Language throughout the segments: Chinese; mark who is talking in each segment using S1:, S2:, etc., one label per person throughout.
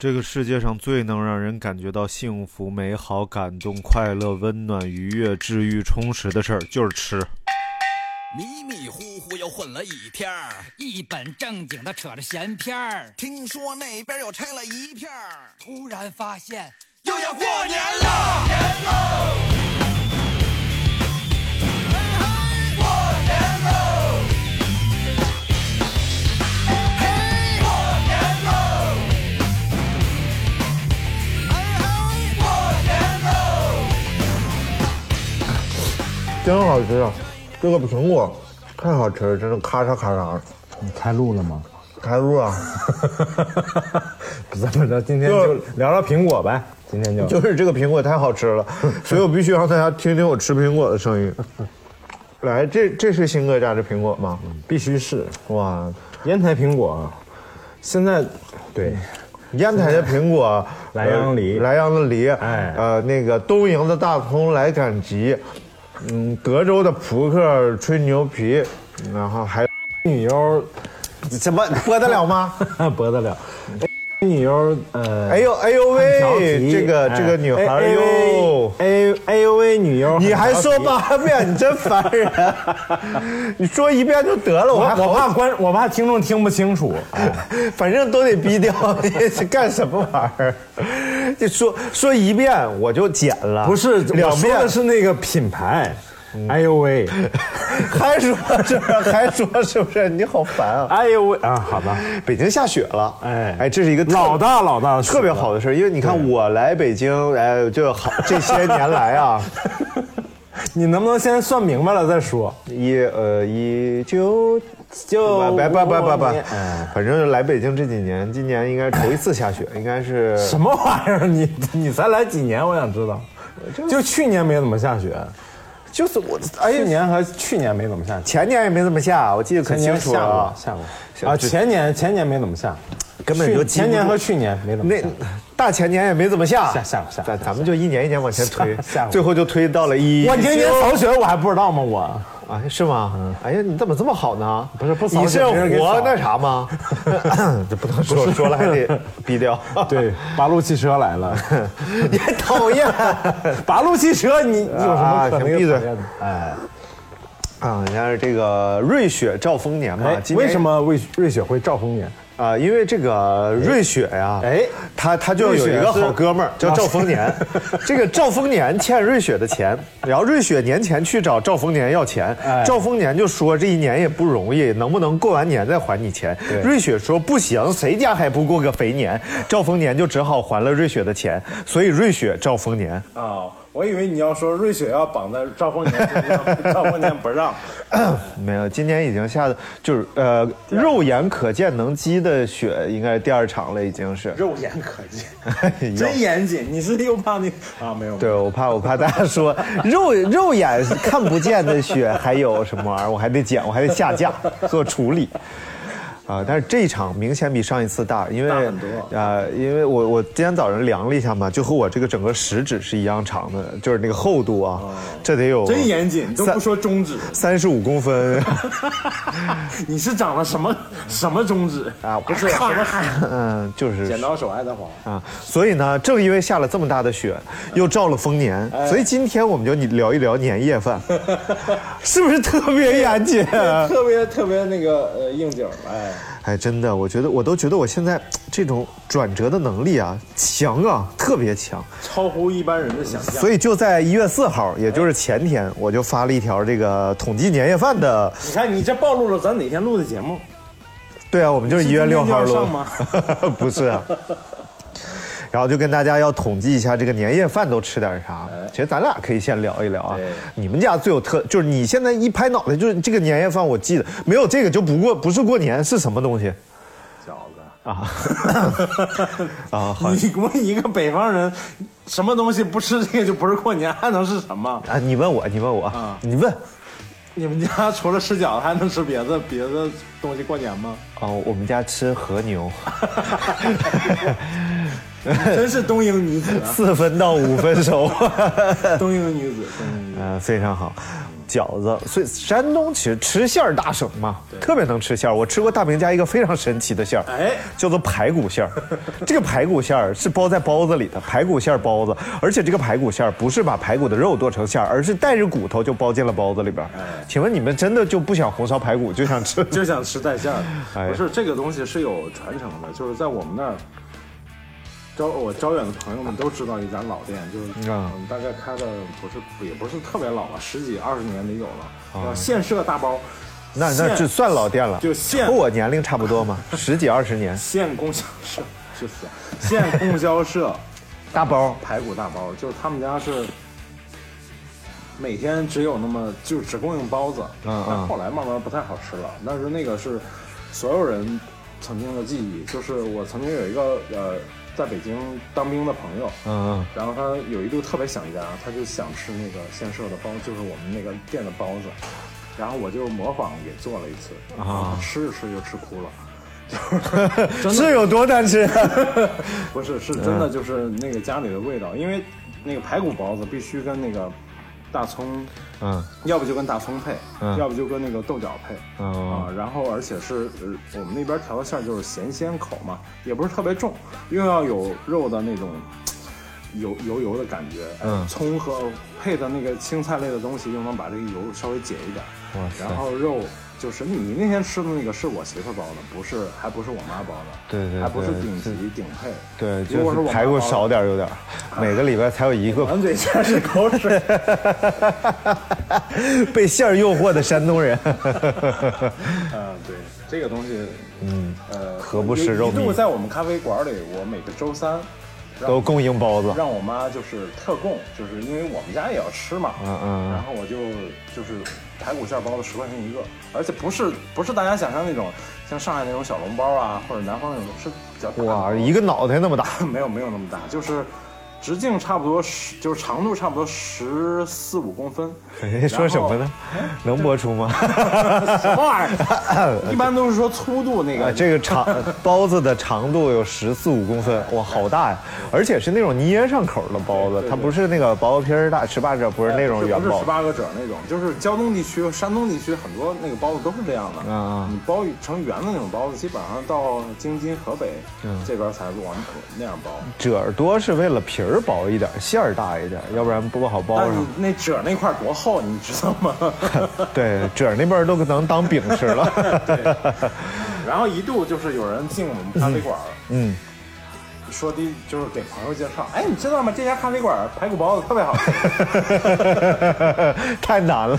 S1: 这个世界上最能让人感觉到幸福、美好、感动、快乐、温暖、愉悦、治愈、充实的事儿，就是吃。
S2: 迷迷糊糊又混了一天儿，
S3: 一本正经的扯着闲篇儿，
S2: 听说那边又拆了一片儿，
S3: 突然发现
S2: 又要过年了。
S4: 真好吃啊！这个苹果太好吃了，真是咔嚓咔嚓的。
S5: 你开录了吗？
S4: 开路啊！
S5: 怎么着？今天就聊聊苹果呗。今天就
S4: 就是这个苹果太好吃 了，所以我必须让大家听听我吃苹果的声音。来，这这是新哥家的苹果吗？
S1: 嗯
S5: 必须是
S4: 哇，
S5: 烟台苹果啊。现在对，
S4: 烟台的苹果，
S5: 莱阳梨
S4: 呃莱阳的梨，
S5: 哎
S4: 呃，那个东营的大葱、莱赶集，嗯，德州的扑克、吹牛皮，然后还
S5: 女优
S4: 怎么播得了吗？
S5: 播得了。哎女优呃，
S4: 哎呦哎呦
S5: 调
S4: 喂，
S5: 皮，
S4: 这个
S5: 哎
S4: 这个女孩儿
S5: 哎
S4: 哟。
S5: 哎哎呦喂，女优，
S4: 你还
S5: 很调
S4: 说
S5: 皮？
S4: 八遍，你真烦人！你说一遍就得了，我
S5: 我
S4: 还好，
S5: 我怕观，我怕听众听不清楚。哎
S4: 反正都得逼掉，你是干什么玩意儿？你说说一遍我就剪了，
S5: 不是，我
S4: 两
S5: 说
S4: 遍
S5: 的是那个品牌。哎呦 喂，
S4: 还说是不是？还说是不是？你好烦啊！
S5: 哎呦喂啊，好吧，
S4: 北京下雪了，
S5: 哎
S4: 哎，这是一个特
S5: 老大老大的事了，
S4: 特别好的事儿，因为你看我来北京，哎，就好这些年来 啊，
S5: 你能不能先算明白了再说？
S4: 一呃一九
S5: 就
S4: 拜拜拜拜拜
S5: 哎，
S4: 反正来北京这几年，今年应该是头一次下雪，应该是
S5: 什么玩意儿？你你才来几年？我想知道。就去年没怎么下雪，
S4: 就是我哎
S5: 去年和去年没怎么下雪。
S4: 前年也没怎么下，我记得可
S5: 前
S4: 清
S5: 年
S4: 楚啊
S5: 下过
S4: 了，，
S5: 下
S4: 是
S5: 过啊！
S4: 就
S5: 前年前年没怎么下，
S4: 根本
S5: 去
S4: 就记不
S5: 前年
S4: 住
S5: 和去年没怎么
S4: 那
S5: 下。
S4: 大前年也没怎么下，
S5: 下下过下过
S4: 咱
S5: 下
S4: 咱们就一年一年往前推
S5: 下下，过
S4: 最后就推到了一
S5: 我年年扫雪，我还不知道吗？我嗯
S4: 啊是吗？哎呀，你怎么这么好呢？
S5: 不是不扫
S4: 你是
S5: 雪别人给
S4: 活
S5: 扫
S4: 那啥 吗？这不能说说了还得逼掉，
S5: 对八路汽车 来了，
S4: 也讨厌。
S5: 八路汽 车你你有什么可
S4: 啊
S5: 能
S4: 行闭嘴
S5: 讨厌的？哎
S4: 啊，你看这个瑞雪兆丰年嘛，
S5: 哎，
S4: 今年
S5: 为什么瑞瑞雪会兆丰年？
S4: 啊？因为这个瑞雪呀，
S5: 哎
S4: 他他就有一个好哥 们儿叫赵丰
S5: 啊
S4: 年， 这个赵丰年欠瑞雪的钱，然后瑞雪年前去找赵丰年要钱
S5: 哎，
S4: 赵丰年就说这一年也不容易，能不能过完年再还你钱？
S5: 对
S4: 瑞雪说不行，谁家还不过个肥年？赵丰年就只好还了瑞雪的钱，所以瑞雪赵丰 年。
S5: 啊，我以为你要说瑞雪要绑在兆丰年身上，兆丰年不让。
S4: 没有，今年已经下的就是呃，肉眼可见能积的雪，应该是第二场了，已经是。
S5: 肉眼可见，
S4: 有
S5: 真严谨。你是又怕那啊？没有，
S4: 对，我怕我怕大家说 肉肉眼看不见的雪还有什么玩意儿，我还得剪，我还得下架做处理。啊、但是这一场明显比上一次大，因为
S5: 很多
S4: 呃，因为我我今天早上量了一下嘛，就和我这个整个食指是一样长的，就是那个厚度啊，这得有
S5: 哦真严谨，你都
S4: 三
S5: 不说中 指，
S4: 三十五公分。
S5: 你是长了什么什么中指
S4: 啊
S5: 不是
S4: 嗯，就是
S5: 剪刀手爱德华。
S4: 啊，所以呢，正因为下了这么大的雪，又照了丰年，所以今天我们就你聊一聊年夜饭，是不是特别严谨？
S5: 特别特别那个呃应景，哎，
S4: 哎，真的，我觉得我都觉得我现在这种转折的能力啊，强啊，特别强。
S5: 超乎一般人的想象。
S4: 所以就在一月四号，也就是前天，我就发了一条这个统计年夜饭的。
S5: 你看，你这暴露了咱哪天录的节目？
S4: 对啊，我们就是一月六号
S5: 是今
S4: 录
S5: 天
S4: 的， 不是、啊。然后就跟大家要统计一下这个年夜饭都吃点啥。其实咱俩可以先聊一聊啊
S5: 哎对，
S4: 你们家最有特，就是你现在一拍脑袋就是这个年夜饭，我记得没有这个就不过不是过年是什么东西
S5: 饺子。 哦
S4: 啊？啊，好
S5: 你我一个北方人，什么东西不吃这个就不是过年，还能是什么？
S4: 啊，你问我，你问我，
S5: 啊
S4: 你问
S5: 你们家除了吃饺子，还能吃别的别的东西过年吗？
S4: 哦，我们家吃和牛，
S5: 真是东瀛女子，啊，
S4: 四分到五分熟。
S5: 东瀛女子，东瀛女子。
S4: 呃嗯，非常好。饺子，所以山东其实吃馅儿大省嘛，特别能吃馅儿。我吃过大明家一个非常神奇的馅儿，
S5: 哎
S4: 叫做排骨馅儿。 这个排骨馅儿是包在包子里的，排骨馅儿包子，而且这个排骨馅儿不是把排骨的肉剁成馅儿，而是带着骨头就包进了包子里边儿。
S6: 哎
S4: 请问你们真的就不想红烧排骨，就想吃？
S6: 就想吃带馅儿
S4: 哎
S6: 的。不是这个东西是有传承的，就是在我们那儿。招我招远的朋友们都知道一家老店，就是
S4: 啊
S6: 我们大概开的不是也不是特别老了，十几二十年得有了。
S5: 啊
S6: 然后现设大包，
S4: 那那
S6: 现
S4: 这算老店了，
S6: 就现
S4: 和我年龄差不多嘛，十几二十年，
S6: 县供销社，就是县供销社
S4: 大包。
S6: 排 骨大包，就是他们家是每天只有那么就只供应包子，
S4: 嗯
S6: 但后来慢慢不太好吃了。但是那个是所有人曾经的记忆，就是我曾经有一个呃在北京当兵的朋友，
S4: 嗯嗯，
S6: 然后他有一度特别想家，他就想吃那个现设的包，就是我们那个店的包子。然后我就模仿给做了一次，啊，吃着吃着就吃哭了。
S4: 是有多难 吃？
S6: 不是，是真的
S4: 嗯
S6: 就是那个家里的味道，因为那个排骨包子必须跟那个大葱，
S4: 嗯，
S6: 要不就跟大葱配，
S4: 嗯
S6: 要不就跟那个豆角配，
S4: 哦
S6: 啊，然后而且是呃我们那边调的馅儿就是咸鲜口嘛，也不是特别重，又要有肉的那种。油油油的感觉，哎
S4: 嗯
S6: 葱和配的那个青菜类的东西，又能把这个油稍微解一点，
S4: 哇塞
S6: 然后肉就是你那天吃的那个是我媳妇包的，不是还不是我妈包的，
S4: 对对
S6: 还不是
S4: 对
S6: 顶级
S4: 是
S6: 顶配，
S4: 对，
S6: 如
S4: 就
S6: 果
S4: 是
S6: 是我妈
S4: 排骨
S6: 包的
S4: 少点儿有点儿，每个礼拜才有一个。
S6: 满嘴全是口 水。
S4: 被馅儿诱惑的山东 人，
S6: 啊，对，这个东西，嗯，呃，
S4: 何不食肉
S6: 一度
S4: 糜
S6: 在我们咖啡馆里，我每个周三让
S4: 都供应包子。
S6: 让我妈就是特供，就是因为我们家也要吃嘛，
S4: 嗯嗯
S6: 然后我就就是排骨馅儿包子十块钱一个，而且不是不是大家想象那种像上海那种小笼包啊，或者南方那种是比较大
S4: 哇，
S6: 的
S4: 一个脑袋那么大，
S6: 没有没有那么大，就是直径差不多十，就是长度差不多十四五公分。
S4: 哎 说什么
S6: 然
S4: 呢
S6: 后？
S4: 能播出吗？
S6: 什么玩意儿？一般都是说粗度那
S4: 啊，
S6: 个，
S4: 这个长包子的长度有十四五公分，哇，好大呀！而且是那种捏上口的包子，它不是那个薄薄皮儿大十八褶，不是那种
S6: 就
S4: 圆
S6: 不是
S4: 包
S6: 十。八个褶那种，就是胶东地区、山东地区很多那个包子都是这样的。
S4: 嗯嗯
S6: 你包成圆的那种包子，基本上到京津河北、
S4: 嗯
S6: 这边才往那样包。
S4: 褶儿多是为了皮儿薄一点，馅儿大一点，要不然不好包
S6: 但
S4: 上
S6: 你。那褶那块多厚，你知道 吗？
S4: 对，褶儿那边儿都能当饼吃 了。
S6: 然后一度就是有人进我们咖啡馆，
S4: 嗯，
S6: 说的就是给朋友介绍，哎，你知道吗？这家咖啡馆排骨包子特别好吃。
S4: 太难了。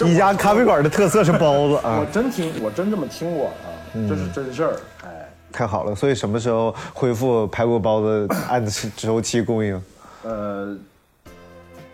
S4: 你家咖啡馆的特色是包子 啊
S6: 我。真听，我真这么听我的，这是真事儿。哎，
S4: 太好了，所以什么时候恢复排骨包子按周期供应？
S6: 呃，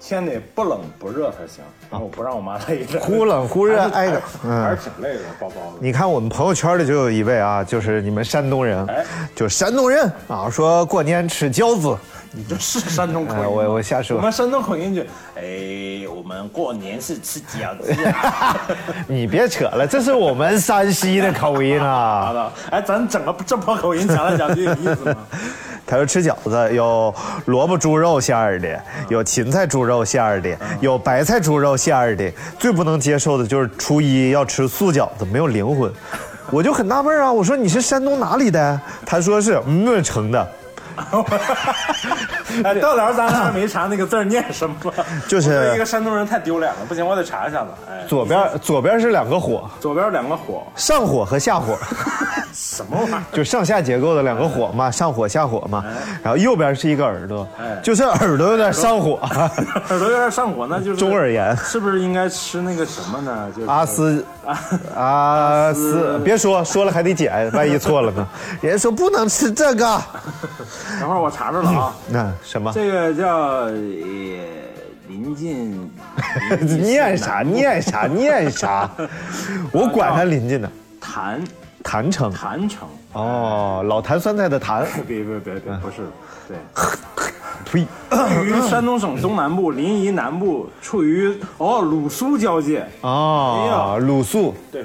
S6: 天得不冷不热才行。我不让我妈累着，
S4: 忽冷忽热
S6: 还是
S4: 挨着嗯
S6: 还是挺累的，包包的。
S4: 你看我们朋友圈里就有一位啊，就是你们山东人
S6: 哎，
S4: 就是山东人啊，说过年吃饺子，
S6: 你这是山东口音
S4: 哎
S6: 吗？
S4: 我我瞎说
S6: 我们山东口音就，哎，我们过年是吃饺子啊。
S4: 你别扯了，这是我们山西的口音
S6: 好
S4: 啊。
S6: 的，哎，咱整个这波口音讲来讲去有意思 吗？
S4: 他说吃饺子有萝卜猪肉馅儿的，
S6: 嗯
S4: 有芹菜猪肉馅儿的，有白菜猪肉馅儿的。最不能接受的就是初一要吃素饺子，没有灵 魂。我就很纳闷啊，我说你是山东哪里的？他说是嗯城的。
S6: 哎，到了咱俩没查那个字儿念什么，
S4: 就是
S6: 我作为一个山东人太丢脸了，不行，我得查一下子。哎，
S4: 左边左边是两个火，
S6: 左边两个火，
S4: 上火和下火，
S6: 嗯什么玩意儿？
S4: 就上下结构的两个火嘛，上火下火嘛。
S6: 嗯
S4: 然后右边是一个耳朵
S6: 哎，
S4: 就是耳朵有点上火，
S6: 耳朵有点上火，那就是
S4: 中耳炎
S6: 是不是应该吃那个什么呢？就是
S4: 阿斯阿斯，别说说了还得剪，万一错了呢？ 人家说不能吃这个，
S6: 等会儿我查查了 啊，
S4: 那什么？
S6: 这个叫呃 临近
S4: 念啥念 啥念啥？我管他邻居呢，
S6: 谭
S4: 谭城
S6: 谭城，
S4: 哦，老坛酸菜的坛，
S6: 别别别别，不是，对，
S4: 呸，
S6: 位嗯于山东省东南部，临沂南部，处于哦鲁苏交界，哎
S4: 哦，鲁肃。
S6: 对，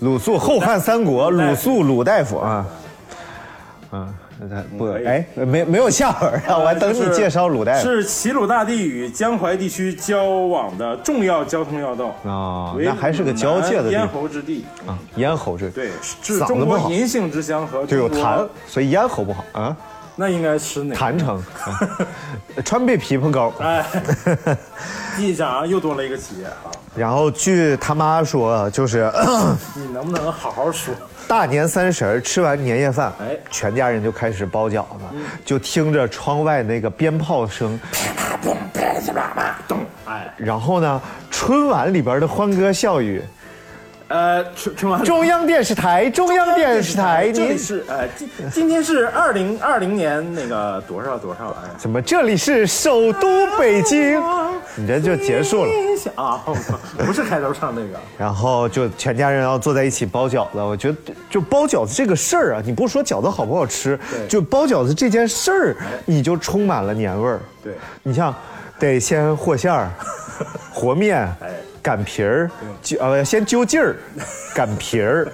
S4: 鲁肃，后汉三国，鲁肃、鲁大夫啊，嗯，不
S6: 可以
S4: 哎，没没有下文啊， 我还等你介绍鲁大夫。
S6: 呃是齐鲁大地与江淮地区交往的重要交通要道
S4: 啊
S6: 为
S4: 那还是个交界的地
S6: 南
S4: 方
S6: 咽喉之地。
S4: 咽喉这
S6: 对，是
S4: 嗓
S6: 中
S4: 子不
S6: 国
S4: 好
S6: 银杏之乡和
S4: 就有
S6: 中国
S4: 痰，所以咽喉不好啊，
S6: 那应该吃哪个？
S4: 痰成。啊川贝枇杷膏，
S6: 哎， 记一下啊，又多了一个企业啊！
S4: 然后据他妈说，就是
S6: 你能不能好好说？
S4: 大年三十儿吃完年夜饭，
S6: 哎
S4: 全家人就开始包饺子，就听着窗外那个鞭炮声，
S6: 哎，
S4: 然后呢，春晚里边的欢歌笑语，
S6: 呃，春春晚
S4: 中央电视台，中央电视台，
S6: 这里
S4: 您
S6: 是呃，今今天是二零二零年那个多少多少来着？
S4: 怎么这里是首都北京，你这就结束了。
S6: 啊，不是开头唱那 个，
S4: 然后就全家人要坐在一起包饺子，我觉得就包饺子这个事儿啊，你不说饺子好不好吃，就包饺子这件事儿，你就充满了年味儿。
S6: 对，
S4: 你像得先和馅儿、和 面、擀皮儿，揪呃先揪劲 儿，擀皮儿，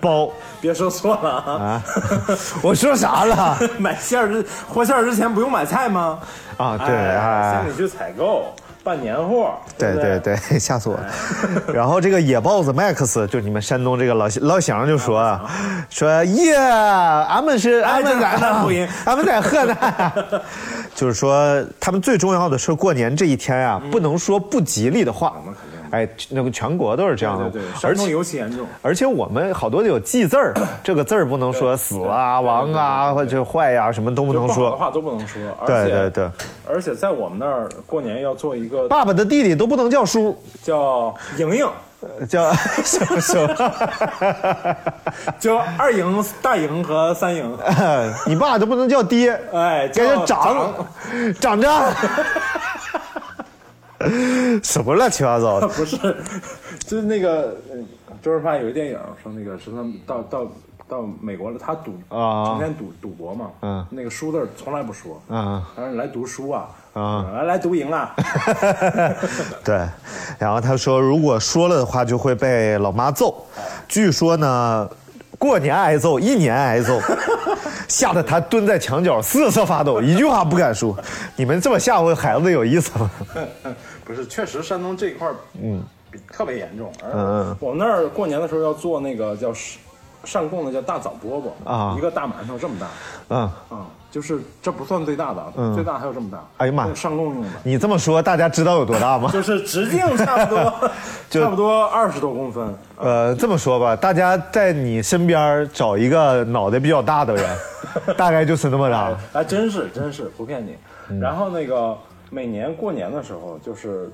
S4: 包
S6: 别说错了啊！
S4: 啊， 我说啥了？
S6: 买馅儿之和馅儿之前不用买菜吗？
S4: 啊对哎
S6: 哎，先你去采购办年货，
S4: 对
S6: 不哎
S4: 对对， 吓死我了。 然后这个野豹子 Max 就是你们山东这个老老乡就说啊，说耶，俺们是俺们在
S6: 哎这是 河南口音
S4: 俺们在河南， 就是说他们最重要的是过年这一天啊，
S6: 嗯
S4: 不能说不吉利的话。哎，那个全国都是这样的，
S6: 对对，
S4: 而
S6: 山东
S4: 且
S6: 尤其严重。
S4: 而且我们好多有忌字 儿，这个字儿不能说死啊、亡啊或者坏呀、什么都不
S6: 就
S4: 能
S6: 不好的
S4: 说。
S6: 话都不能说，而
S4: 对
S6: 且
S4: 对对，
S6: 而且在我们那儿过年要做一个
S4: 爸爸的弟弟都不能叫叔，
S6: 叫莹莹，
S4: 叫什么什么？
S6: 就二莹、大莹和 三莹，
S4: 你爸都不能叫爹，
S6: 哎，
S4: 该叫
S6: 叫
S4: 长， 长着。什么乱七八糟 的？
S6: 不是，就是那个嗯周润发有一电影说那个是他们到到到美国了，他赌
S4: 啊
S6: 成天赌赌博嘛，
S4: 嗯
S6: 那个输字儿从来不说，
S4: 嗯，
S6: 他说你来读书啊，
S4: 啊
S6: 来来读 赢啊，
S4: 对，然后他说，如果说了的话，就会被老妈揍。据说呢，过年挨揍，一年挨揍，吓得他蹲在墙角瑟瑟发抖，一句话不敢说。你们这么吓唬孩子有意思吗？
S6: 不是，确实山东这一块儿，嗯，特别严重。
S4: 嗯
S6: 嗯，我们那儿过年的时候要做那个叫上上供的叫大枣饽饽
S4: 啊
S6: 一个大馒头这么大，
S4: 嗯，
S6: 啊，就是这不算最大的，啊，最大还有这么大。
S4: 哎呀妈呀
S6: 这上供用的，
S4: 你这么说，大家知道有多大吗？，
S6: 就是直径差不多
S4: 就
S6: 差不多二十多公分。
S4: 呃，这么说吧，大家在你身边找一个脑袋比较大的人， 大概就是那么大。
S6: 哎，真是真是不骗你。
S4: 嗯
S6: 然后那个每年过年的时候，就是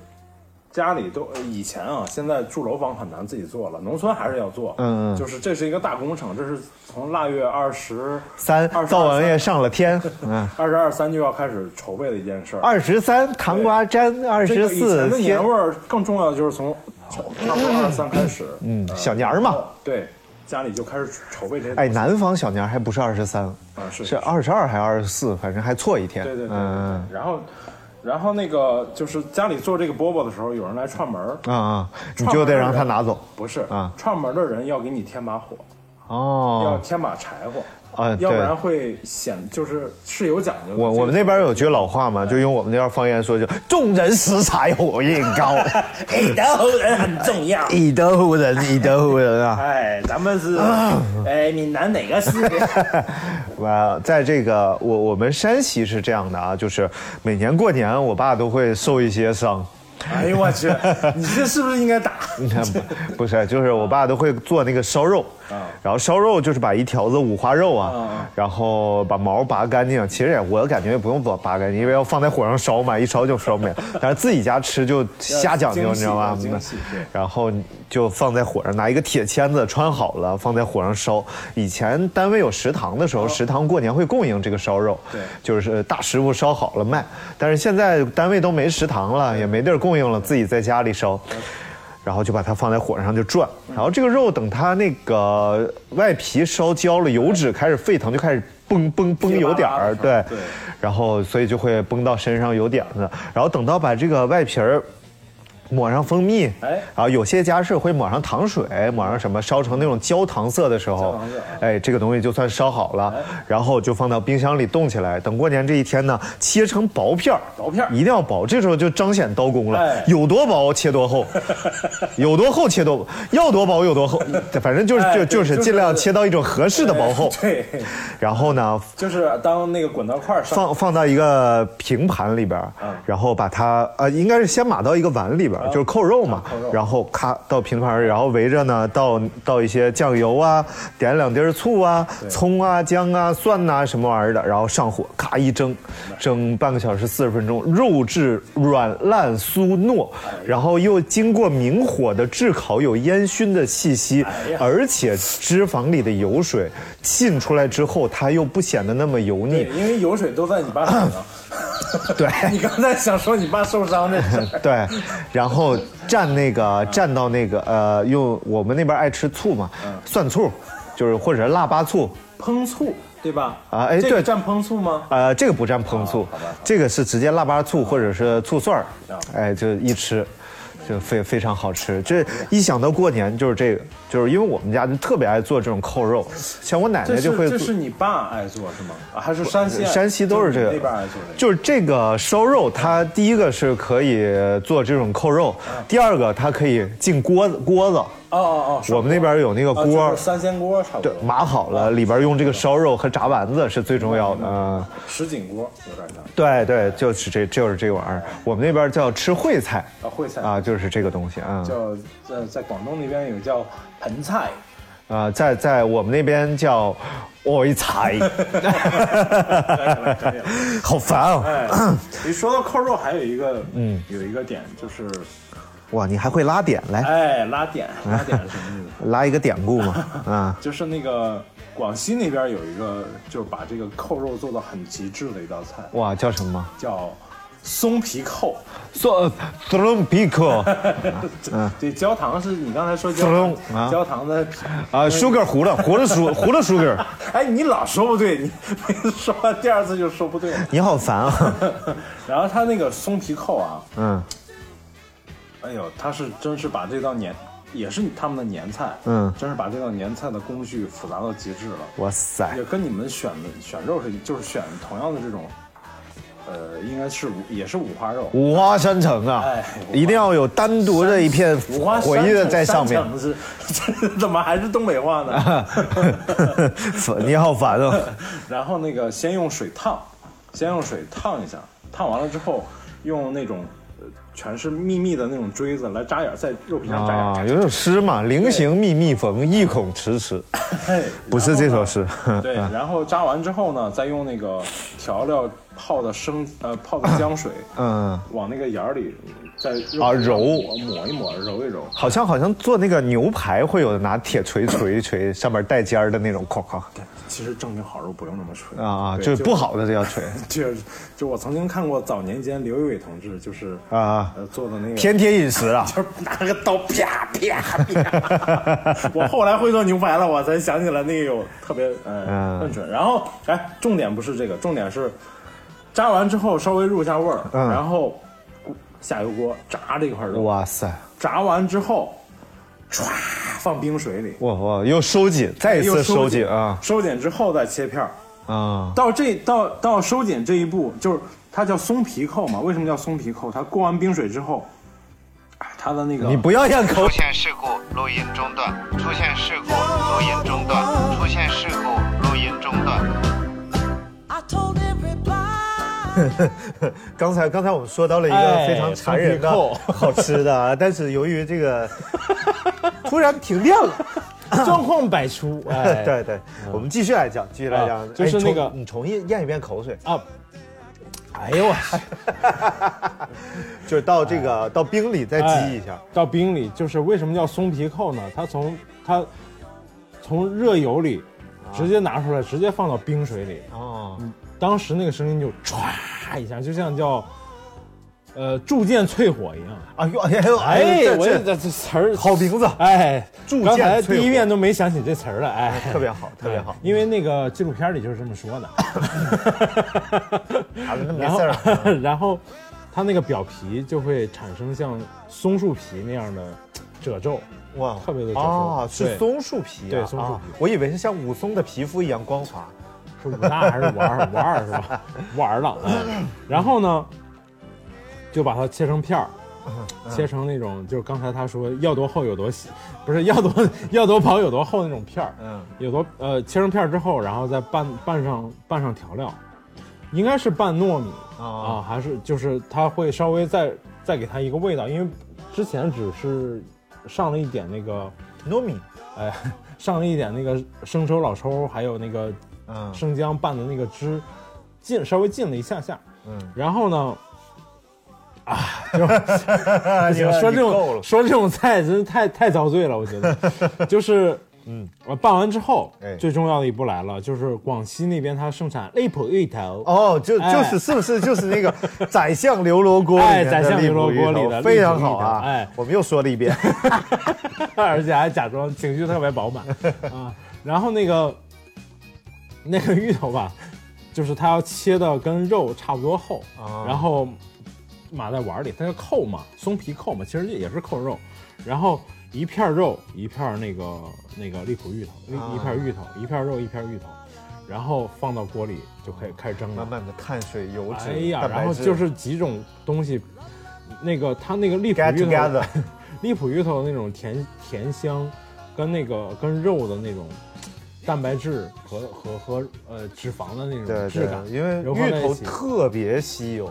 S6: 家里都呃以前啊，现在住楼房很难自己做了，农村还是要做。
S4: 嗯嗯
S6: 就是这是一个大工程，这是从腊月二十
S4: 三
S6: 二十
S4: 灶王爷
S6: 二
S4: 上了天，嗯，
S6: 二十二三就要开始筹备的一件事儿。
S4: 二十三糖瓜粘，二十
S6: 这个以前
S4: 四
S6: 的
S4: 天
S6: 年味，儿更重要的就是从差不多二十三开始，嗯，
S4: 嗯小年儿嘛。
S6: 对，家里就开始筹备这些。
S4: 哎，南方小年儿还不是二十三，
S6: 啊是
S4: 是二十二还二十四，反正还错一天。
S6: 对对对对对
S4: 嗯。
S6: 然后，然后那个就是家里做这个饽饽的时候，有人来串门儿
S4: 嗯，啊、嗯，你就得让他拿走。
S6: 不是
S4: 啊
S6: 串门的人要给你添把火，要
S4: 哦，
S6: 添把柴火，
S4: 啊
S6: 要不
S4: 对
S6: 然会显就是是有讲究的。
S4: 我我们那边有句老话
S6: 哎
S4: 嘛，就用我们那边方言说，就众人拾柴火焰 高，
S6: 哎，德侯人很重 要。
S4: 以德服人，以德服人啊。
S6: 哎，咱们是哎闽南哪 个市？
S4: 我在这个我我们山西是这样的啊，就是每年过年，我爸都会受一些伤。
S6: 哎呦我去，你这是不是应该打？
S4: 你看，不 不是，就是我爸都会做那个烧肉，然后烧肉就是把一条子五花肉啊，然后把毛拔干净。其实也我感觉也不用拔拔干净，因为要放在火上烧嘛，一烧就烧没了。但是自己家吃就瞎讲究，
S6: 要
S4: 你知道吗
S6: 精细要精细对？
S4: 然后就放在火上，拿一个铁签子穿好了，放在火上烧。以前单位有食堂的时候，食堂过年会供应这个烧肉，
S6: 对
S4: 就是大师傅烧好了卖。但是现在单位都没食堂了，也没地儿供应了，自己在家里烧。然后就把它放在火上就转，然后这个肉等它那个外皮烧焦了，油脂开始沸腾，就开始崩崩崩油点儿，对，然后所以就会崩到身上有点子，然后等到把这个外皮儿抹上蜂蜜，
S6: 哎
S4: 然后有些家是会抹上糖水，抹上什么烧成那种焦糖色的时候
S6: 糖色啊，哎
S4: 哎，这个东西就算烧好了，然后就放到冰箱里冻起来。等过年这一天呢，切成薄片儿，
S6: 薄片儿
S4: 一定要薄，这时候就彰显刀工了。
S6: 哎
S4: 有多薄切多 厚，有多厚切多，要多薄有多厚，反正就是、
S6: 哎
S4: 就
S6: 对
S4: 就是
S6: 就是
S4: 尽量切到一种合适的薄厚。
S6: 对，
S4: 然后呢，
S6: 就是当那个滚刀块上，
S4: 放嗯放到一个平盘里边儿，然后把它呃，应该是先码到一个碗里边儿，就是嗯扣肉嘛，然后咔到平盘儿，然后围着呢倒倒一些酱油啊，点两滴儿醋啊，葱啊、姜啊、蒜呐、什么玩意儿的，然后上火，咔一蒸，蒸半个小时四十分钟，肉质软烂酥糯，然后又经过明火的炙烤，有烟熏的气息，而且脂肪里的油水沁出来之后，它又不显得那么油腻
S6: 对，。因为油水都在你爸手上。
S4: 对
S6: 你刚才想说你爸受伤这 事儿，
S4: 对，然后蘸那个蘸到那个呃，用我们那边爱吃醋嘛，
S6: 嗯
S4: 蒜醋，就是或者是腊八醋，
S6: 烹醋对吧？
S4: 啊哎
S6: 这个
S4: 对
S6: 蘸烹醋吗？
S4: 呃，这个不蘸烹
S6: 哦
S4: 醋，这个是直接腊八醋或者是醋蒜儿，
S6: 嗯
S4: 哎，就一吃。就非非常好吃，这一想到过年就是这个，就是因为我们家就特别爱做这种扣肉，像我奶
S6: 这
S4: 奶
S6: 是
S4: 就会
S6: 这
S4: 做。
S6: 是你爸爱做是吗？啊还是山西爱？
S4: 山西都是这个，
S6: 就你那边爱做这个。
S4: 就是这个烧肉，它第一个是可以做这种扣肉，第二个它可以进锅子锅子，
S6: 哦哦哦，
S4: 我们那边有那个
S6: 啊
S4: 锅
S6: 就是三鲜锅差不
S4: 对
S6: 多，，
S4: 码好了，里边用这个烧肉和炸丸子是最重要的。嗯，
S6: 什锦锅有点像
S4: 对对，就是这就是这玩意儿，我们那边叫吃烩菜
S6: 啊，烩菜
S4: 啊，就是这个东西啊
S6: 叫在在广东那边有叫盆菜，
S4: 啊，在在我们那边叫烩 菜，好烦啊！
S6: 哎，一说到扣肉，还有一个，嗯，有一个点就是，
S4: 哇，你还会拉点来
S6: 哎，拉点，拉点是什么意思？
S4: 拉一个典故嘛？啊，
S6: 就是那个广西那边有一个，就是把这个扣肉做到很极致的一道菜，
S4: 哇，叫什么？
S6: 叫松皮扣。
S4: 说 t r u m p i c o
S6: 对，焦糖是你刚才说焦
S4: 嗯松啊
S6: 糖，焦糖的，
S4: 啊，sugar 糊了，糊了 sugar，糊了 sugar，
S6: 哎，你老说不对，你每次说完第二次就说不 对了。
S4: 你好烦啊！
S6: 然后它那个松皮扣啊，
S4: 嗯
S6: 哎呦，他是真是把这道年，也是他们的年菜，
S4: 嗯
S6: 真是把这道年菜的工序复杂到极致了。
S4: 哇塞
S6: 也，跟你们选的选肉是，就是选同样的这种，呃，应该是五也是五花肉，
S4: 五花山城啊，
S6: 哎五花
S4: 一定要有单独的一片
S6: 五花
S4: 回忆的在上面。
S6: 山城是， 这怎么还是东北话 呢？
S4: 你好烦啊！
S6: 然后那个先用水烫，先用水烫一下，烫完了之后用那种。呃全是密密的那种锥子来扎眼，在肉皮上扎眼，
S4: 啊，有首诗嘛，“菱形密密缝，意恐迟迟
S6: 哎”，
S4: 不是这首。嗯
S6: 然后呢
S4: 诗。
S6: 对，然后扎完之后呢，再用那个调料泡的生呃泡的姜水，
S4: 嗯，
S6: 往那个眼儿里再
S4: 啊揉
S6: 抹抹一抹，揉一揉。
S4: 好像好像做那个牛排会有拿铁锤锤一锤，上面带尖儿的那种，哐哐
S6: 其实正经好肉不用那么吹
S4: 啊，
S6: 对
S4: 就是
S6: 就
S4: 不好的就要锤，
S6: 就就我曾经看过早年间刘仪伟同志就是
S4: 啊
S6: 呃做的那个
S4: 天天饮食啊。
S6: 就是拿个刀啪啪啪。 我后来会做牛排了，我才想起来那个有特别
S4: 嗯
S6: 嗯很准。然后哎，重点不是这个，重点是炸完之后稍微入一下味儿，
S4: 嗯
S6: 然后下油锅炸这块肉，
S4: 哇塞，
S6: 炸完之后唰放冰水里。
S4: 哇哇，又收紧，再一
S6: 哎又
S4: 次收紧
S6: 紧
S4: 啊
S6: 收紧之后再切片儿，
S4: 啊！
S6: 到这到到收紧这一步，就是它叫松皮扣嘛。为什么叫松皮扣？它过完冰水之后，哎，它的那个
S4: 你不要咽口
S7: 出
S4: 水。
S7: 现事故，录音中断；出现事故，录音中断；出现事故，录音中断。
S8: I told everybody.
S4: 刚才刚才我们说到了一个
S5: 哎
S4: 非常残忍的、
S5: 松皮
S4: 好吃的啊，但是由于这 个突然停电了，
S5: 状况百出，哎，
S4: 对对，我们继续来讲，继续来
S5: 啊
S4: 讲，
S5: 就是
S4: 哎
S5: 那个
S4: 你重你重咽咽一遍口水，
S5: 啊，哎呦我去。
S4: 就是到这个到冰里再
S5: 哎
S4: 激一下，
S5: 到冰里，就是为什么叫松皮扣呢？它从它从热油里直接拿出来，直接放到冰水里，
S4: 啊
S5: 嗯
S4: 哦，
S5: 当时那个声音就歘一下，就像叫呃铸剑淬火一样。
S4: 哎呦 哎呦
S5: 哎，
S4: 这
S5: 我
S4: 这
S5: 这这这词儿
S4: 好名字
S5: 哎，
S4: 铸剑
S5: 刚才
S4: 淬火
S5: 第一遍都没想起这词儿来，哎，
S4: 特别好特别好
S5: 哎因为那个纪录片里就是这么说的。
S4: 好了，那没
S5: 然后
S4: 事儿了，，
S5: 然后
S6: 它那个表皮就会产生像松树皮那样的褶皱，
S4: 哇，
S6: 特别的褶皱
S4: 啊，
S6: 对
S4: 是松树皮啊，
S6: 对松树皮
S4: 啊我以为是像武松的皮肤一样光 滑。
S6: 是武大还是武二？武二 是吧？武二郎。哎然后呢，就把它切成片儿，
S4: 嗯
S6: 切成那种就是刚才他说要多厚有多细，不是要多要多薄有多厚那种片儿，
S4: 嗯，
S6: 有多呃切成片儿之后，然后再拌拌上拌上调料，应该是拌糯米
S4: 哦
S6: 啊，还是就是它会稍微再再给它一个味道，因为之前只是上了一点那个
S4: 糯米，
S6: 哎，上了一点那个生抽、老抽，还有那个
S4: 嗯
S6: 生姜拌的那个汁，进稍微进了一下下。
S4: 嗯，
S6: 然后呢，
S4: 哎
S6: 不行说这
S4: 够了
S6: 种，说这种菜真是太太遭罪了，我 觉得。就是，嗯，我拌完之后
S4: 哎，
S6: 最重要的一步来了，就是广西那边它盛产荔浦芋头。
S4: 哦，就
S6: 哎
S4: 就是是不是就是那个 宰相刘罗锅里
S6: 哎
S4: 面的
S6: 宰相
S4: 荔
S6: 刘罗
S4: 浦芋
S6: 锅里
S4: 头
S6: 的
S4: 非
S6: 荔
S4: 常
S6: 浦芋
S4: 好
S6: 头
S4: 啊！
S6: 哎
S4: 我们又说了一遍，
S6: 而且还假装情绪特别饱满啊。然后那个那个芋头吧，就是它要切的跟肉差不多厚，
S4: 啊
S6: 然后码在碗里，它就扣嘛，松皮扣嘛，其实也是扣肉，然后一片肉一片那个那个荔浦芋头，
S4: 啊
S6: 一一片芋头，一片肉一片芋头，然后放到锅里就可以开始蒸
S4: 慢
S6: 了。
S4: 慢的碳水、油脂、
S6: 哎呀，
S4: 蛋白
S6: 然后
S4: 质
S6: 就是几种东西，那个它那个荔浦
S4: get
S6: 芋头
S4: together，
S6: 荔浦芋头那种甜甜香，跟那个跟肉的那种蛋白质和和和呃脂肪的
S4: 对
S6: 那种质
S4: 对
S6: 感，，
S4: 因为
S6: 揉放
S4: 芋
S6: 在一
S4: 头
S6: 起
S4: 特别吸油，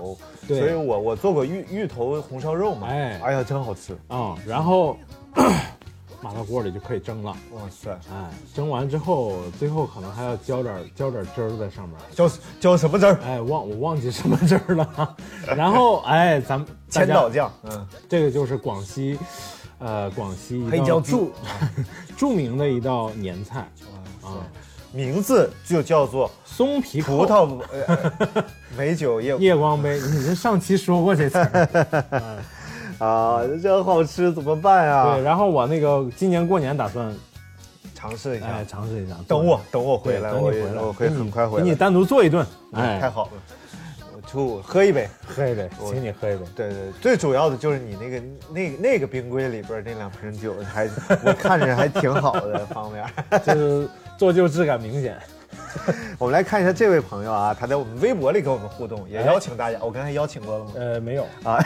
S4: 所
S6: 对
S4: 以我我做过芋芋头红烧肉嘛，
S6: 哎
S4: 哎呀，真好吃，
S6: 啊、然后 码到锅里就可以蒸了。
S4: 哇塞，
S6: 哎，蒸完之后，最后可能还要浇点浇点汁儿在上面。
S4: 浇浇什么汁儿？
S6: 哎，忘我忘记什么汁儿了。 然后哎，咱们大
S4: 千
S6: 家
S4: 岛酱，嗯，
S6: 这个就是广西，呃，广西一
S4: 黑
S6: 道
S4: 椒鸡
S6: 著著名的一道年菜啊，
S4: 名字就叫做
S6: 松皮扣
S4: 葡 萄呃美酒夜
S6: 夜光杯，你这上期说过这 词儿，
S4: 啊，真好吃，怎么办啊
S6: 对。？然后我那个今年过年打算
S4: 尝试一下
S6: 哎，尝试一下，
S4: 啊等我等我
S6: 对
S4: 回来，
S6: 等
S4: 我
S6: 你回来，
S4: 我会
S6: 给你
S4: 很快回
S6: 给你
S4: 来，嗯
S6: 单独做一顿，哎，
S4: 太好了，我就喝一杯。
S6: 喝一杯，请你喝一杯。
S4: 对对，最主要的就是你那个那个那个冰柜里边那两瓶酒还，我看着还挺好的方面。
S6: 就是做旧质感明显。
S4: 我们来看一下这位朋友啊，他在我们微博里跟我们互动，
S6: 哎
S4: 也邀请大家，我刚才邀请过了吗？
S6: 呃，没有，
S4: 啊，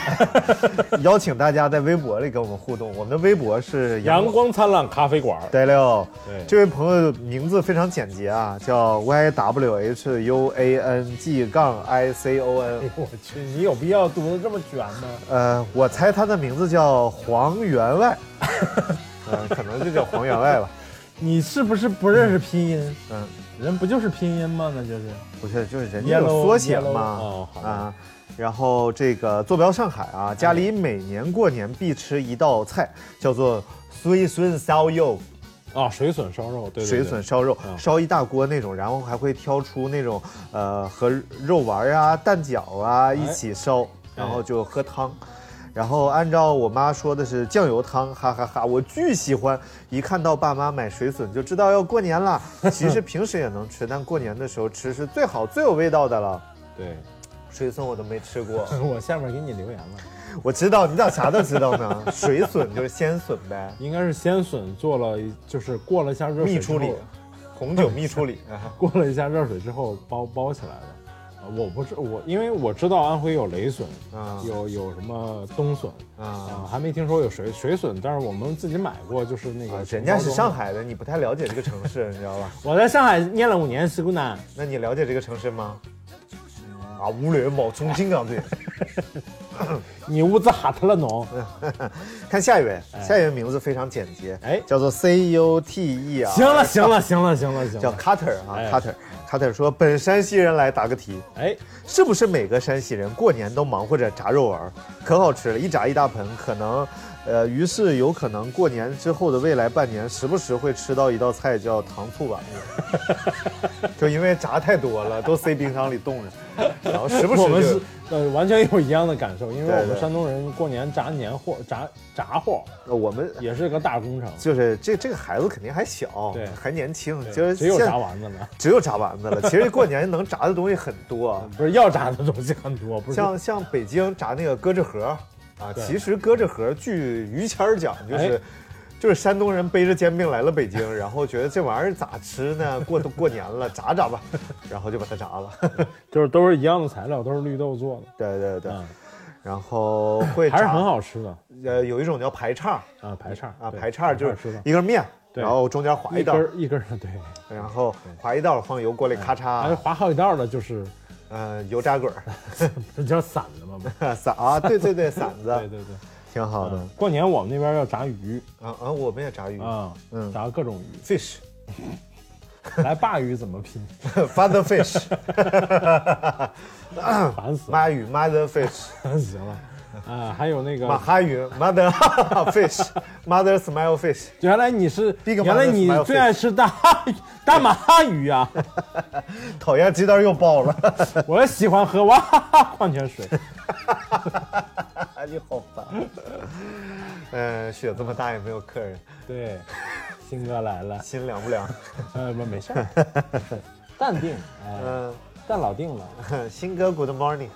S4: 邀请大家在微博里跟我们互动。我们的微博是
S6: 阳光灿烂咖啡馆儿，
S4: 对了，
S6: 对
S4: 这位朋友名字非常简洁啊，叫 Y W H U A N G 杠 I C O N。
S6: 我去， 你有必要读的这么卷吗？
S4: 呃，我猜他的名字叫黄员 外，嗯、可能就叫黄员外吧。
S6: 你是不是不认识拼音？
S4: 嗯，
S6: 人不就是拼音吗？那就是
S4: 不是，就是人家有缩写嘛
S6: Yellow，Yellow，哦好的
S4: 啊。然后这个坐标上海啊，家里每年过年必吃一道菜，叫做绥笋烧肉，
S6: 啊，水笋烧肉，对对对，
S4: 水笋烧肉，
S6: 嗯
S4: 烧一大锅那种，然后还会挑出那种呃和肉丸啊、蛋饺
S6: 哎
S4: 啊一起烧，然后就喝汤。然后按照我妈说的是酱油汤，哈哈哈我巨喜欢。一看到爸妈买水笋就知道要过年 了。其实平时也能吃，但过年的时候吃是最好、最有味道的了。
S6: 对。
S4: 水笋我都没吃过，
S6: 我下面给你留言了，
S4: 我知道你咋啥都知道 呢？水笋就是鲜笋呗，
S6: 应该是鲜笋做了一，就是过了一下热水
S4: 蜜
S6: 之
S4: 处
S6: 后
S4: 理，红酒蜜处理。
S6: 过了一下热水之后包包起来的。呃我不知我，因为我知道安徽有雷笋，
S4: 啊
S6: 有有什么冬笋，
S4: 啊
S6: 还没听说有水水笋，但是我们自己买过，就是那个
S4: 啊，人家是上
S6: 海，
S4: 海的，你不太了解这个城市，你知道吧？
S6: 我在上海念了五年师姑呢，
S4: 那你了解这个城市吗？啊，无聊某中心港 对。
S6: 你屋子哈 特了啊侬，
S4: 看下一位，下一位名字非常简洁，
S6: 哎
S4: 叫做 C U T E 啊。
S6: 行了行了行了行了行
S4: 叫
S6: 了，
S4: Cutter 啊
S6: 哎
S4: ，Cutter。Cutter 说：“本山西人来答个题，
S6: 哎，
S4: 是不是每个山西人过年都忙活着炸肉丸儿，可好吃了，一炸一大盆，可能，呃，于是有可能过年之后的未来半年，时不时会吃到一道菜叫糖醋 丸子，就因为炸太多了，都塞冰箱里冻着，然后时不时
S6: 我们
S4: 就是
S6: 呃完全有一样的感受，受，因为
S4: 对
S6: 我们
S4: 对
S6: 山东人过年炸年货、炸炸货
S4: 呃我们
S6: 也是个大工程，
S4: 就是这这个孩子肯定还小，
S6: 对
S4: 还年轻，
S6: 对
S4: 就是
S6: 只有
S4: 现
S6: 炸丸子呢，
S4: 只有炸丸子了。其实过年能炸的东西很 多，
S6: 不是要炸的东西很多，不是
S4: 像像北京炸那个胳肢盒啊，
S6: 对
S4: 其实胳肢盒据于谦儿讲就是。
S6: 哎
S4: 就是山东人背着煎饼来了北京，然后觉得这玩意儿咋吃呢？过过年了，炸炸吧， 然后就把它炸了。
S6: 就是都是一样的材料，都是绿豆做的，
S4: 对对对，
S6: 嗯
S4: 然后会
S6: 还是
S4: 炸
S6: 很。好吃的
S4: 呃，有一种叫排叉
S6: 啊，排叉
S4: 啊，
S6: 对
S4: 排叉就是
S6: 吃的，
S4: 一根面，
S6: 对
S4: 然后中间划
S6: 一
S4: 一
S6: 根
S4: 道，
S6: 儿一根儿的，对，
S4: 然后划一道放油锅里咔
S6: 哎还有
S4: 嚓，
S6: 划好几道的，就是
S4: 呃，油炸滚儿。
S6: 这叫散的嘛，不是
S4: 伞啊，对对对，伞
S6: 对
S4: 子
S6: 对对。
S4: 挺好的
S6: 嗯。过年我们那边要炸鱼
S4: 啊啊，我们也炸鱼
S6: 啊，
S4: 嗯
S6: 炸各种鱼，
S4: ，fish
S6: 来鲅鱼怎么拼？
S4: father fish，
S6: 烦死了，
S4: 嗯妈鱼 mother fish，
S6: 烦死了。啊，还有那
S4: 马
S6: 个，
S4: 哈鱼 mother fish，mother smile fish，
S6: 原来你是，
S4: Big
S6: 原来
S4: Mama's
S6: 你
S4: smile
S6: 最爱吃大哈鱼大马哈鱼啊！
S4: 讨厌鸡蛋又爆了，
S6: 我喜欢喝娃哈哈矿泉水。
S4: 你好烦。嗯，雪这么大也没有客人，
S6: 对，新哥来了，
S4: 心凉不凉？
S6: 呃，不，没事儿，淡定，哎，
S4: 嗯，
S6: 但老定了。
S4: 新哥 good morning，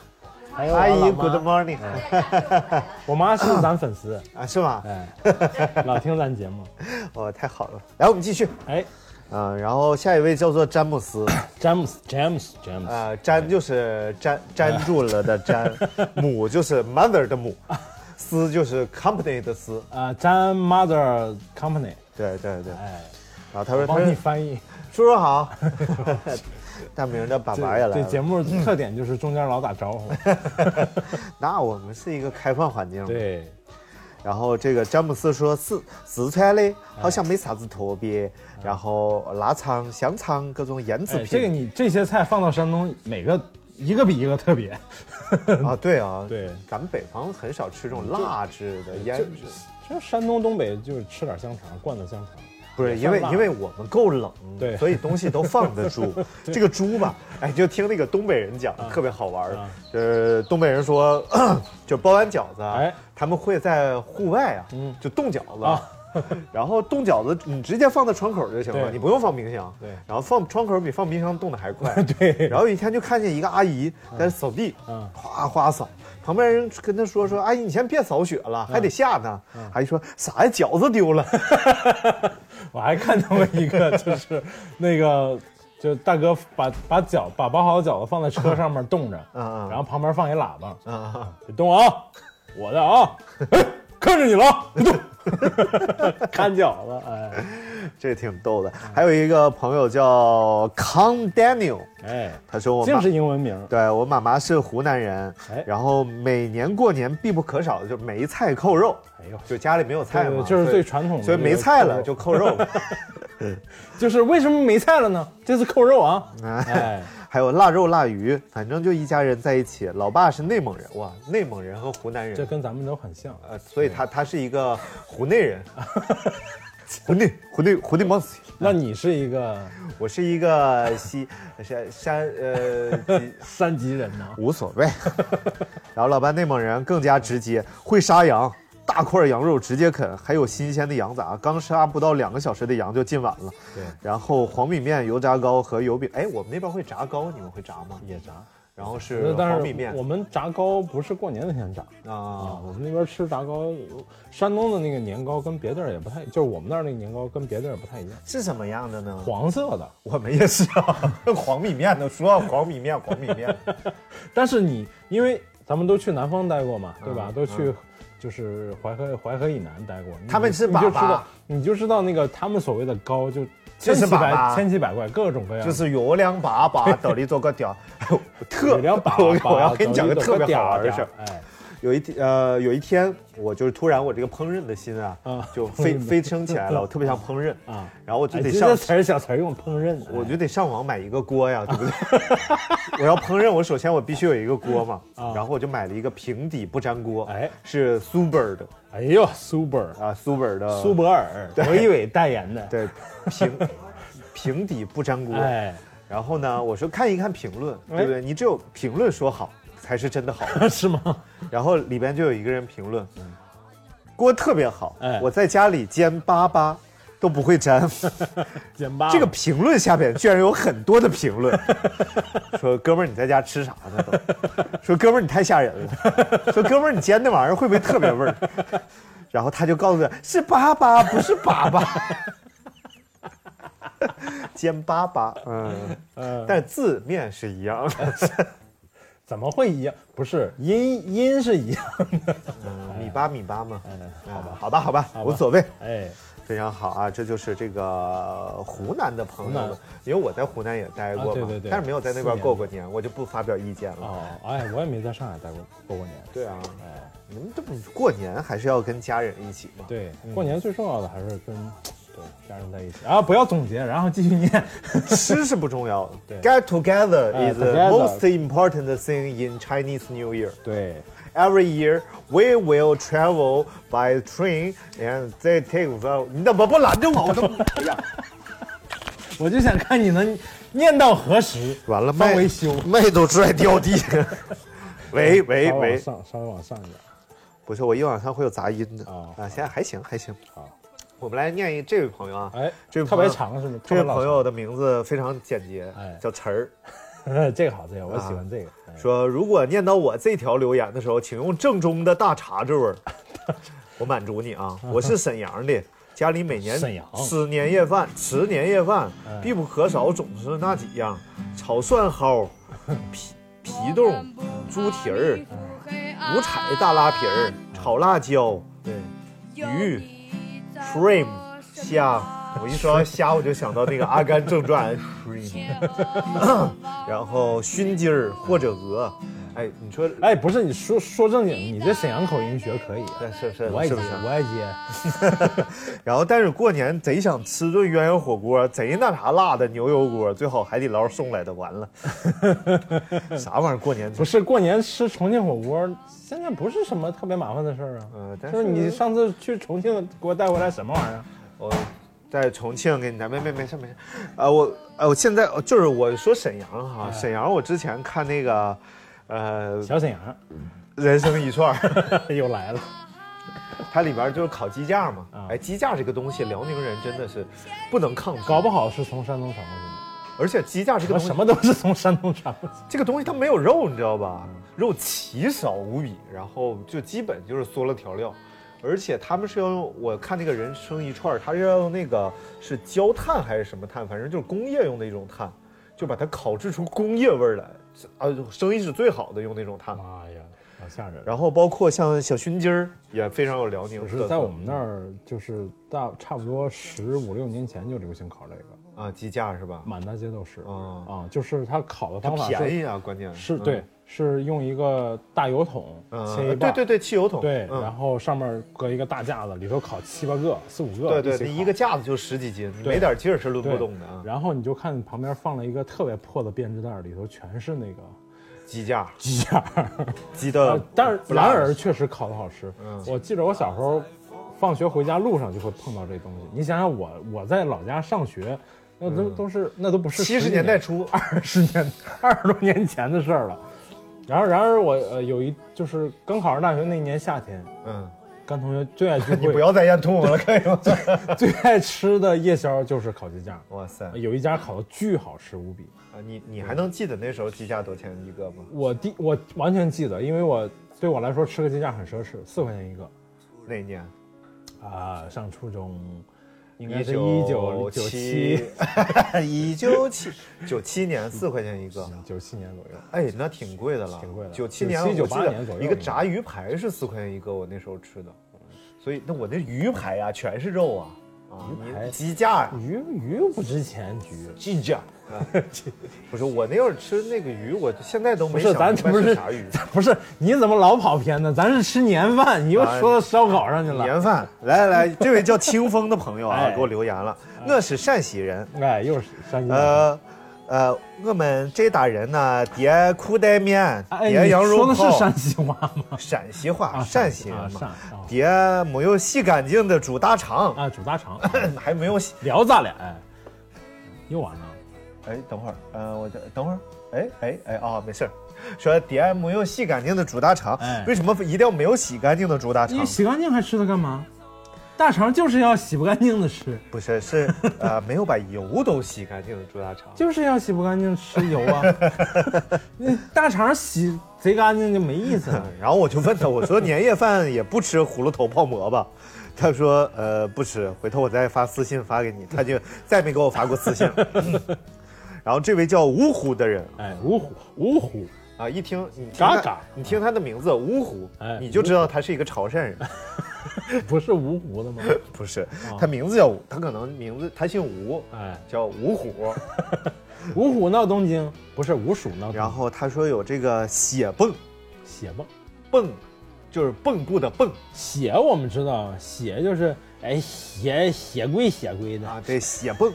S6: 还有我
S4: 阿姨
S6: 老妈
S4: good morning，
S6: 我妈是咱粉丝，
S4: 啊是吗？
S6: 哎， 老听咱节目。
S4: 哦，太好了，来我们继续。
S6: 哎，
S4: 嗯，然后下一位叫做詹姆斯。
S6: 詹姆斯，詹姆斯，詹姆斯，
S4: 呃，粘就是粘粘住了的 粘，母就是 mother 的母，丝就是 company 的丝。
S6: 啊，詹 mother company，
S4: 对对对，
S6: 哎，
S4: 然后他说：“他
S6: 帮你
S4: 说
S6: 翻译。
S4: 叔叔 好。”大明儿的爸
S6: 这
S4: 爸也来
S6: 这节
S4: 了。
S6: 目特点就是中间老打招呼。
S4: 那我们是一个开放环境。。
S6: 对，
S4: 然后这个詹姆斯说：“四四川的，
S6: 哎
S4: 好像没啥子特别。然后腊肠、香肠各种腌制
S6: 哎
S4: 品。
S6: 这个你这些菜放到山东，每个一个比一个特别。
S4: 啊，对啊，
S6: 对嗯哎
S4: 咱们北方很少吃这种辣制的腌制。
S6: 就山东东北就是吃点香肠，灌的香肠。
S4: 不是
S6: 也
S4: 因
S6: 算
S4: 为
S6: 辣
S4: 因为我们够冷，
S6: 对
S4: 所以东西都放得 住。这个猪吧，哎，就听那个东北人讲，特别好玩儿
S6: 啊。
S4: 就是东北人说， 就包完饺子，
S6: 哎
S4: 他们会在户外啊，
S6: 嗯
S4: 就冻饺子。
S6: 啊
S4: 然后冻饺子，你直接放在窗口就行了，
S6: 对
S4: 你不用放冰箱。
S6: 对
S4: 然后放窗口比放冰箱冻得还快。
S6: 对
S4: 然后有一天就看见一个阿姨在那扫地，
S6: 嗯
S4: 哗哗扫，旁边人跟她说说：“阿姨，你先别扫雪了，
S6: 嗯
S4: 还得下呢。”阿姨说：“啥呀？饺子丢了。”
S6: 我还看到过 一个，就是那个，就大哥把把饺把包好的饺子放在车上面冻着，
S4: 嗯嗯
S6: 然后旁边放一喇叭，
S4: 啊。
S6: 别动啊，我 的啊，哎，看着你了啊，别动， 看饺子，哎
S4: 这挺逗的。还有一个朋友叫康 Daniel，
S6: 哎，
S4: 他说我妈
S6: 就是英文名，
S4: 对我妈妈是湖南人，
S6: 哎
S4: 然后每年过年必不可少的就是梅菜扣肉，
S6: 哎呦，
S4: 就家里没有菜
S6: 对
S4: 嘛，
S6: 对就是
S4: 所以
S6: 最传统的
S4: 所以
S6: 这个
S4: 没菜
S6: 扣
S4: 了
S6: 肉
S4: 就扣 肉。
S6: 就是为什么没菜了呢？这次扣肉啊，哎，
S4: 还有腊肉、腊鱼，反正就一家人在一起。老爸是内蒙人，哇，内蒙人和湖南
S6: 这
S4: 人，
S6: 跟咱们都很像，
S4: 呃，所以他他是一个湖内人，湖内湖内湖内蒙西。
S6: 那你是一个
S4: 我是一个西 山山呃吉
S6: 三级人呢，
S4: 无所谓。 然后老班内蒙人更加直接，会杀羊，大块羊肉直接啃，还有新鲜的羊杂，刚杀不到两个小时的羊就进碗了。
S6: 对
S4: 然后黄米面、油炸糕和油饼，哎，我们那边会炸糕，你们会炸吗？
S6: 也炸。
S4: 然后是
S6: 但
S4: 黄米面
S6: 是我们炸糕不是过年那天炸啊
S4: 啊，，
S6: 我们那边吃炸糕，有山东的那个年糕跟别地儿也不太，就是我们那儿那个年糕跟别地儿也不太一样，
S4: 是什么样的呢？
S6: 黄色的。
S4: 我们也是啊， 黄米面的，说到黄米面，黄米面，
S6: 但是你因为咱们都去南方待过嘛，对
S4: 嗯
S6: 吧？都去就是淮河淮河以南待过，
S4: 他们
S6: 你
S4: 是粑粑
S6: 你就知道你就知道那个他们所谓的糕就
S4: 就
S6: 千
S4: 是
S6: 奇百
S4: 粑粑
S6: 千奇百怪，各种各样的。
S4: 就是有两把 把斗里做个屌， 哎呦我特
S6: 有两把，
S4: 我我要给你讲个
S6: 有一
S4: 特别好玩的
S6: 点
S4: 事
S6: 儿
S4: 儿。
S6: 点儿哎，
S4: 有一天，呃，有一天，我就是突然我这个烹饪的心啊，
S6: 啊
S4: 就
S6: 烹
S4: 飞
S6: 饪的
S4: 飞升起来了，我特别想烹饪
S6: 啊
S4: 然后我就
S6: 哎
S4: 得
S6: 这
S4: 上
S6: 些，词儿小词儿用烹饪，哎
S4: 我就得上网买一个锅呀， 对不对？我要烹饪，我首先我必须有一个锅嘛，然后我就买了一个平底不粘锅，
S6: 啊哎
S4: 是苏本儿的
S6: 哎呦，super
S4: 啊，苏本儿的
S6: 苏泊尔，何一伟代言的，
S4: 对平平底不粘锅，
S6: 哎，
S4: 然后呢，我说看一看评论，对不对？你只有评论说好，才是真的好。
S6: 是吗？
S4: 然后里边就有一个人评论，锅特别好，
S6: 嗯哎
S4: 我在家里煎粑粑都不会粘。
S6: 减八
S4: 这个评论下边居然有很多的评 论，说哥们儿你在家吃啥呢都？说哥们儿你太吓人了，说哥们儿你煎那玩意儿会不会特别味儿？然后他就告诉他是粑粑不是粑粑， 煎粑粑，嗯，但字面是一样的，
S6: 怎么会一样？不是音音是一样的。
S4: 米八米八嘛，嗯好吧
S6: 吧
S4: 好吧好吧，
S6: 好吧
S4: 无所谓，
S6: 哎，
S4: 非常好啊，这就是这个湖南的朋友
S6: 湖
S4: 们
S6: 南，
S4: 因为我在湖南也待过嘛，
S6: 啊对对对
S4: 但是没有在那边
S6: 四年
S4: 过过年，我就不发表意见了。
S6: 哦，哎，我也没在上海待过过过年。
S4: 对啊，
S6: 哎，
S4: 你们这不过年还是要跟家人一起 嘛？
S6: 对，过年最重要的还是跟对家人在一起啊！不要总结，然后继续念。
S4: 吃是不重要的
S6: 对
S4: ，Get together
S6: 哎
S4: is the
S6: ，together
S4: most important thing in Chinese New Year.
S6: 对，
S4: Every year we will travel by train and they take the。你怎么不拦着我？我都哎 呀，
S6: 我就想看你能念到何时。
S4: 完了，
S6: 稍
S4: 麦
S6: 微修，
S4: 麦都拽掉地。 喂喂
S6: 稍微往
S4: 喂，
S6: 上，稍微往上一点。
S4: 不是我一往上会有杂音的
S6: 哦
S4: 啊，现在还行还行。
S6: 好，
S4: 我们来念一这位朋友啊，
S6: 哎，
S4: 这位
S6: 特
S4: 朋友
S6: 别长是吗？
S4: 这位
S6: 特别老
S4: 朋友的名字非常简洁
S6: 哎，
S4: 叫晨儿。
S6: 长， 这个好，这个我喜欢这个。
S4: 啊
S6: 哎
S4: 说如果念到我这条留言的时候，请用正宗的大碴子味 儿，我满足你啊！我是沈阳的，家里每年
S6: 嗯沈阳哎
S4: 吃年夜饭，吃年夜饭必不可少总是那几样：炒蒜 蒿、皮皮冻、猪蹄儿、五彩大拉皮儿、炒辣椒、
S6: 对，
S4: 鱼、shrimp 虾。我一说到虾，我就想到那个《阿甘正传》shrimp，然后熏鸡儿或者鹅。哎，你说
S6: 哎，不是你说说正经，你这沈阳口音学可以，
S4: 对是是
S6: 我爱
S4: 是
S6: 接，
S4: 不是
S6: 我爱接。
S4: 然后，但是过年贼想吃顿鸳鸯火锅，贼那啥辣的牛油锅，最好海底捞送来的。完 了，啥玩意儿？过年
S6: 不？是过年吃重庆火锅，现在不是什么特别麻烦的事儿啊。
S4: 呃，但
S6: 就是
S4: 是
S6: 你上次去重庆给我带回来什么玩意儿？啊
S4: 我在重庆给你拿，没没没事没事。啊，我呃，我现在就是我说沈阳
S6: 哎
S4: 哈，沈阳我之前看那个，呃，《
S6: 小沈阳
S4: 人生一串儿》，
S6: 又来了，
S4: 它里边就是烤鸡架嘛
S6: 啊。
S4: 哎，鸡架这个东西，辽宁人真的是不能抗拒，
S6: 搞不好是从山东传过去
S4: 而且鸡架这个
S6: 的，我
S4: 东西
S6: 什么都是从山东传过去的。
S4: 这个东西它没有肉，你知道吧？肉奇少无比，然后就基本就是缩了调料，而且他们是要用我看那个人生一串儿，他是要用那个是焦炭还是什么炭，反正就是工业用的一种炭，就把它烤制出工业味儿来。这啊，生意是最好的用那种炭。
S6: 妈呀，好吓人！
S4: 然后包括像小熏鸡儿也非常有辽宁
S6: 不
S4: 特
S6: 是
S4: 色，
S6: 在我们那儿，就是大差不多十五六年前就流行烤这个，
S4: 啊鸡架是吧？
S6: 满大街都是。
S4: 嗯
S6: 啊，就是它烤的
S4: 它
S6: 方法是
S4: 便宜啊，关键
S6: 是
S4: 嗯
S6: 对，是用一个大油桶切一
S4: 嗯，
S6: 半
S4: 对
S6: 儿，
S4: 对对，汽油桶
S6: 对
S4: 嗯
S6: 然后上面搁一个大架子，里头烤七八个、四五个，
S4: 对对，
S6: 起
S4: 那
S6: 烤
S4: 一个架子就十几斤，你
S6: 对
S4: 没点劲儿是抡
S6: 对
S4: 不动的啊。
S6: 然后你就看旁边放了一个特别破的编织袋儿，里头全是那个
S4: 鸡架，
S6: 鸡架儿。
S4: 鸡的
S6: 啊，但是然而
S4: 而
S6: 确实烤的好吃。
S4: 嗯
S6: 我记得我小时候放学回家路上就会碰到这东西。你想想我我在老家上学，那都、都是那都不是
S4: 嗯七十
S6: 10
S4: 年代初，
S6: 二十年、二十多年前的事儿了。然后，然而我呃有一就是刚考上大学那一年夏天，
S4: 嗯，
S6: 跟同学最爱 聚
S4: 你不
S6: 会、
S4: 要再咽吐沫了，可以 吗？
S6: 最爱吃的夜宵就是烤鸡架，
S4: 哇塞，
S6: 有一家烤的巨好吃无比。
S4: 啊你你还能记得那时候鸡架多少钱一个吗？
S6: 我第我完全记得，因为我对我来说吃个鸡架很奢侈，四块钱一个
S4: 那一年
S6: 啊。上初中应该
S4: 一
S6: 是一九九七
S4: 七， 一九七九七年四块钱一个。
S6: 九七年左右。
S4: 哎，那挺贵的了，
S6: 挺贵的
S4: 九七年、
S6: 97
S4: 我记
S6: 98
S4: 得
S6: 年左右
S4: 一个炸鱼排是四块钱一个，我那时候吃的，嗯所以那我那鱼排呀、全是肉啊，啊，
S6: 鱼排
S4: 你鸡架呀、
S6: 鱼鱼不值钱，鱼
S4: 鸡架，啊不是我那会儿吃那个鱼，我现在都
S6: 不
S4: 没
S6: 是
S4: 想
S6: 咱
S4: 明白
S6: 不是
S4: 啥鱼。
S6: 不是你怎么老跑偏呢？咱是吃年饭，你又
S4: 啊
S6: 说到烧烤上去 了。
S4: 年饭，来来来，这位叫清风的朋友啊，
S6: 哎
S4: 给我留言了，我是陕西人，
S6: 哎，又是山西人。
S4: 呃，呃，我们这达人呢，叠裤带面，
S6: 哎，
S4: 叠
S6: 你
S4: 羊肉
S6: 说的
S4: 泡，
S6: 是山西话 吗？
S4: 陕西话，
S6: 啊
S4: 陕啊西
S6: 啊
S4: 人
S6: 陕
S4: 嘛，
S6: 啊
S4: 叠没有洗干净的猪大肠，
S6: 啊，煮大肠，
S4: 还没有洗
S6: 聊咱俩，哎又完了。
S4: 哎，等会儿，呃，我这等会儿，哎哎哎啊、没事儿。说 DM 用洗干净的猪大肠，
S6: 哎
S4: 为什么一定要没有洗干净的猪大肠
S6: 你？洗干净还吃它干嘛？大肠就是要洗不干净的吃，
S4: 不是，是 呃，没有把油都洗干净的猪大肠。
S6: 就是要洗不干净吃油 啊。那大肠洗贼干净就没意思了。
S4: 然后我就问他，我说年夜饭也不吃葫芦头泡馍吧？ 他说呃不吃，回头我再发私信发给你。他就再没给我发过私信 了。嗯然后这位叫芜湖的人
S6: 哎，芜湖，芜湖，
S4: 啊，一听你听
S6: 嘎
S4: 他
S6: 嘎
S4: 你听他的名字芜湖
S6: 哎，
S4: 你就知道他是一个潮汕人。
S6: 不是芜湖的吗？
S4: 不是，
S6: 哦
S4: 他名字叫吴，他可能名字他姓吴，
S6: 哎，
S4: 叫吴虎。
S6: 芜湖闹东京，不是吴蜀闹东京。
S4: 然后他说有这个血泵
S6: 血吧，
S4: 泵，就是蚌埠的蚌
S6: 血我们知道，血就是哎血血归血归的。
S4: 啊，这血泵，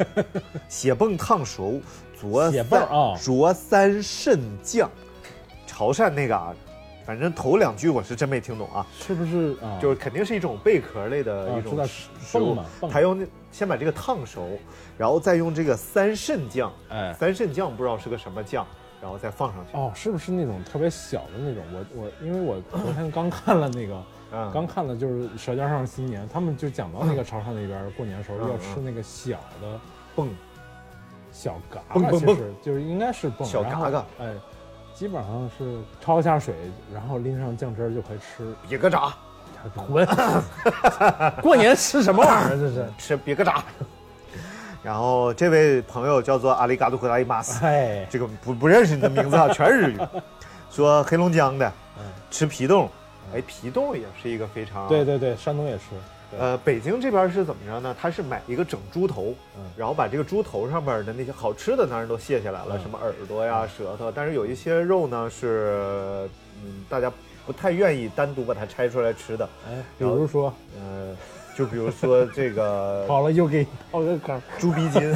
S4: 血泵烫熟，佐
S6: 血
S4: 三
S6: 泵啊
S4: 佐三肾酱，潮汕那嘎、啊，反正头两句我是真没听懂啊，
S6: 是不是啊？
S4: 就是肯定是一种贝壳类的
S6: 啊
S4: 一
S6: 知
S4: 种
S6: 道
S4: 食食物
S6: 蚌嘛蚌
S4: 他用那先把这个烫熟，然后再用这个三肾酱，
S6: 哎
S4: 三肾酱不知道是个什么酱，然后再放上去。
S6: 哦，是不是那种特别小的那种？我我因为我昨天刚看了那个，
S4: 嗯
S6: 刚看了就是《舌尖上的新年》，他们就讲到那个潮汕那边儿过年的
S4: 嗯
S6: 时候要吃那个小的
S4: 蹦
S6: 小嘎
S4: 蹦
S6: 嘎，
S4: 蹦
S6: 其
S4: 蹦
S6: 实就是应该是蹦
S4: 小
S6: 然后
S4: 嘎嘎
S6: 哎，基本上是焯下水，然后淋上酱汁儿就可以 吃。
S4: 比个炸，
S6: 滚！过年吃什么玩意儿？这是。
S4: 吃比个炸。 然后这位朋友叫做阿里嘎多克拉伊马斯，
S6: 哎，
S4: 这个不不认识你的名字啊，全是日语。说黑龙江的，吃皮冻，哎，皮冻也是一个非常
S6: 嗯对。对对，山东也吃。对
S4: 呃，北京这边是怎么着呢？他是买一个整猪头，
S6: 嗯
S4: 然后把这个猪头上面的那些好吃的当然都卸下来
S6: 嗯
S4: 了，什么耳朵呀、舌头，但是有一些肉呢是，嗯，大家不太愿意单独把它拆出来吃的。
S6: 哎，比如说
S4: 呃，就比如说这 个
S6: 好了，又给你掏个坑儿。
S4: 猪鼻筋，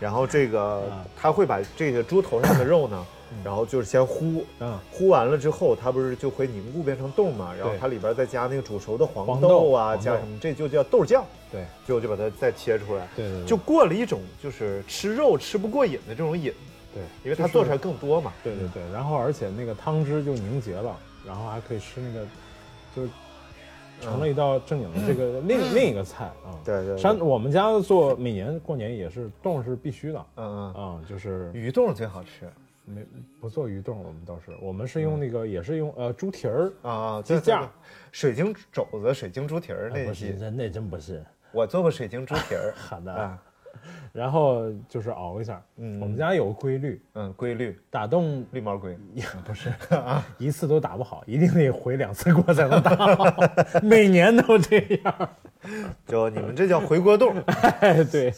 S4: 然后这个
S6: 啊
S4: 他会把这个猪头上的肉呢，然后就是先烀，
S6: 嗯
S4: 烀完了之后，它不是就会凝固变成冻嘛，然后它里边再加那个煮熟的黄豆啊，
S6: 黄豆
S4: 加什么，这就叫豆酱，
S6: 对，
S4: 最后就把它再切出来，
S6: 对对对
S4: 就过了一种就是吃肉吃不过瘾的这种瘾，
S6: 对，
S4: 因为它
S6: 就是
S4: 做出来更多嘛，
S6: 对对对，然后而且那个汤汁就凝结了，然后还可以吃那个，就是成了一道正经的这个另、另一个菜啊。
S4: 对对对
S6: 山我们家做每年过年也是冻是必须的，
S4: 嗯嗯，
S6: 啊、就是
S4: 鱼冻最好吃
S6: 没不做鱼冻，我们倒是我们是用那个、也是用呃猪蹄儿
S4: 啊，
S6: 鸡
S4: 对
S6: 架，
S4: 对对水晶肘子、水晶猪蹄儿
S6: 哎
S4: 那
S6: 不是
S4: 些，
S6: 那那真不是，
S4: 我做过水晶猪蹄儿，
S6: 好的
S4: 啊，
S6: 然后就是熬一下。
S4: 嗯
S6: 我们家有个规律，
S4: 嗯，规律。
S6: 打洞
S4: 绿毛龟，
S6: 不是一次都打不好，一定得回两次锅才能打好， 每年都这样。
S4: 就你们这叫回锅冻，
S6: 哎， 对，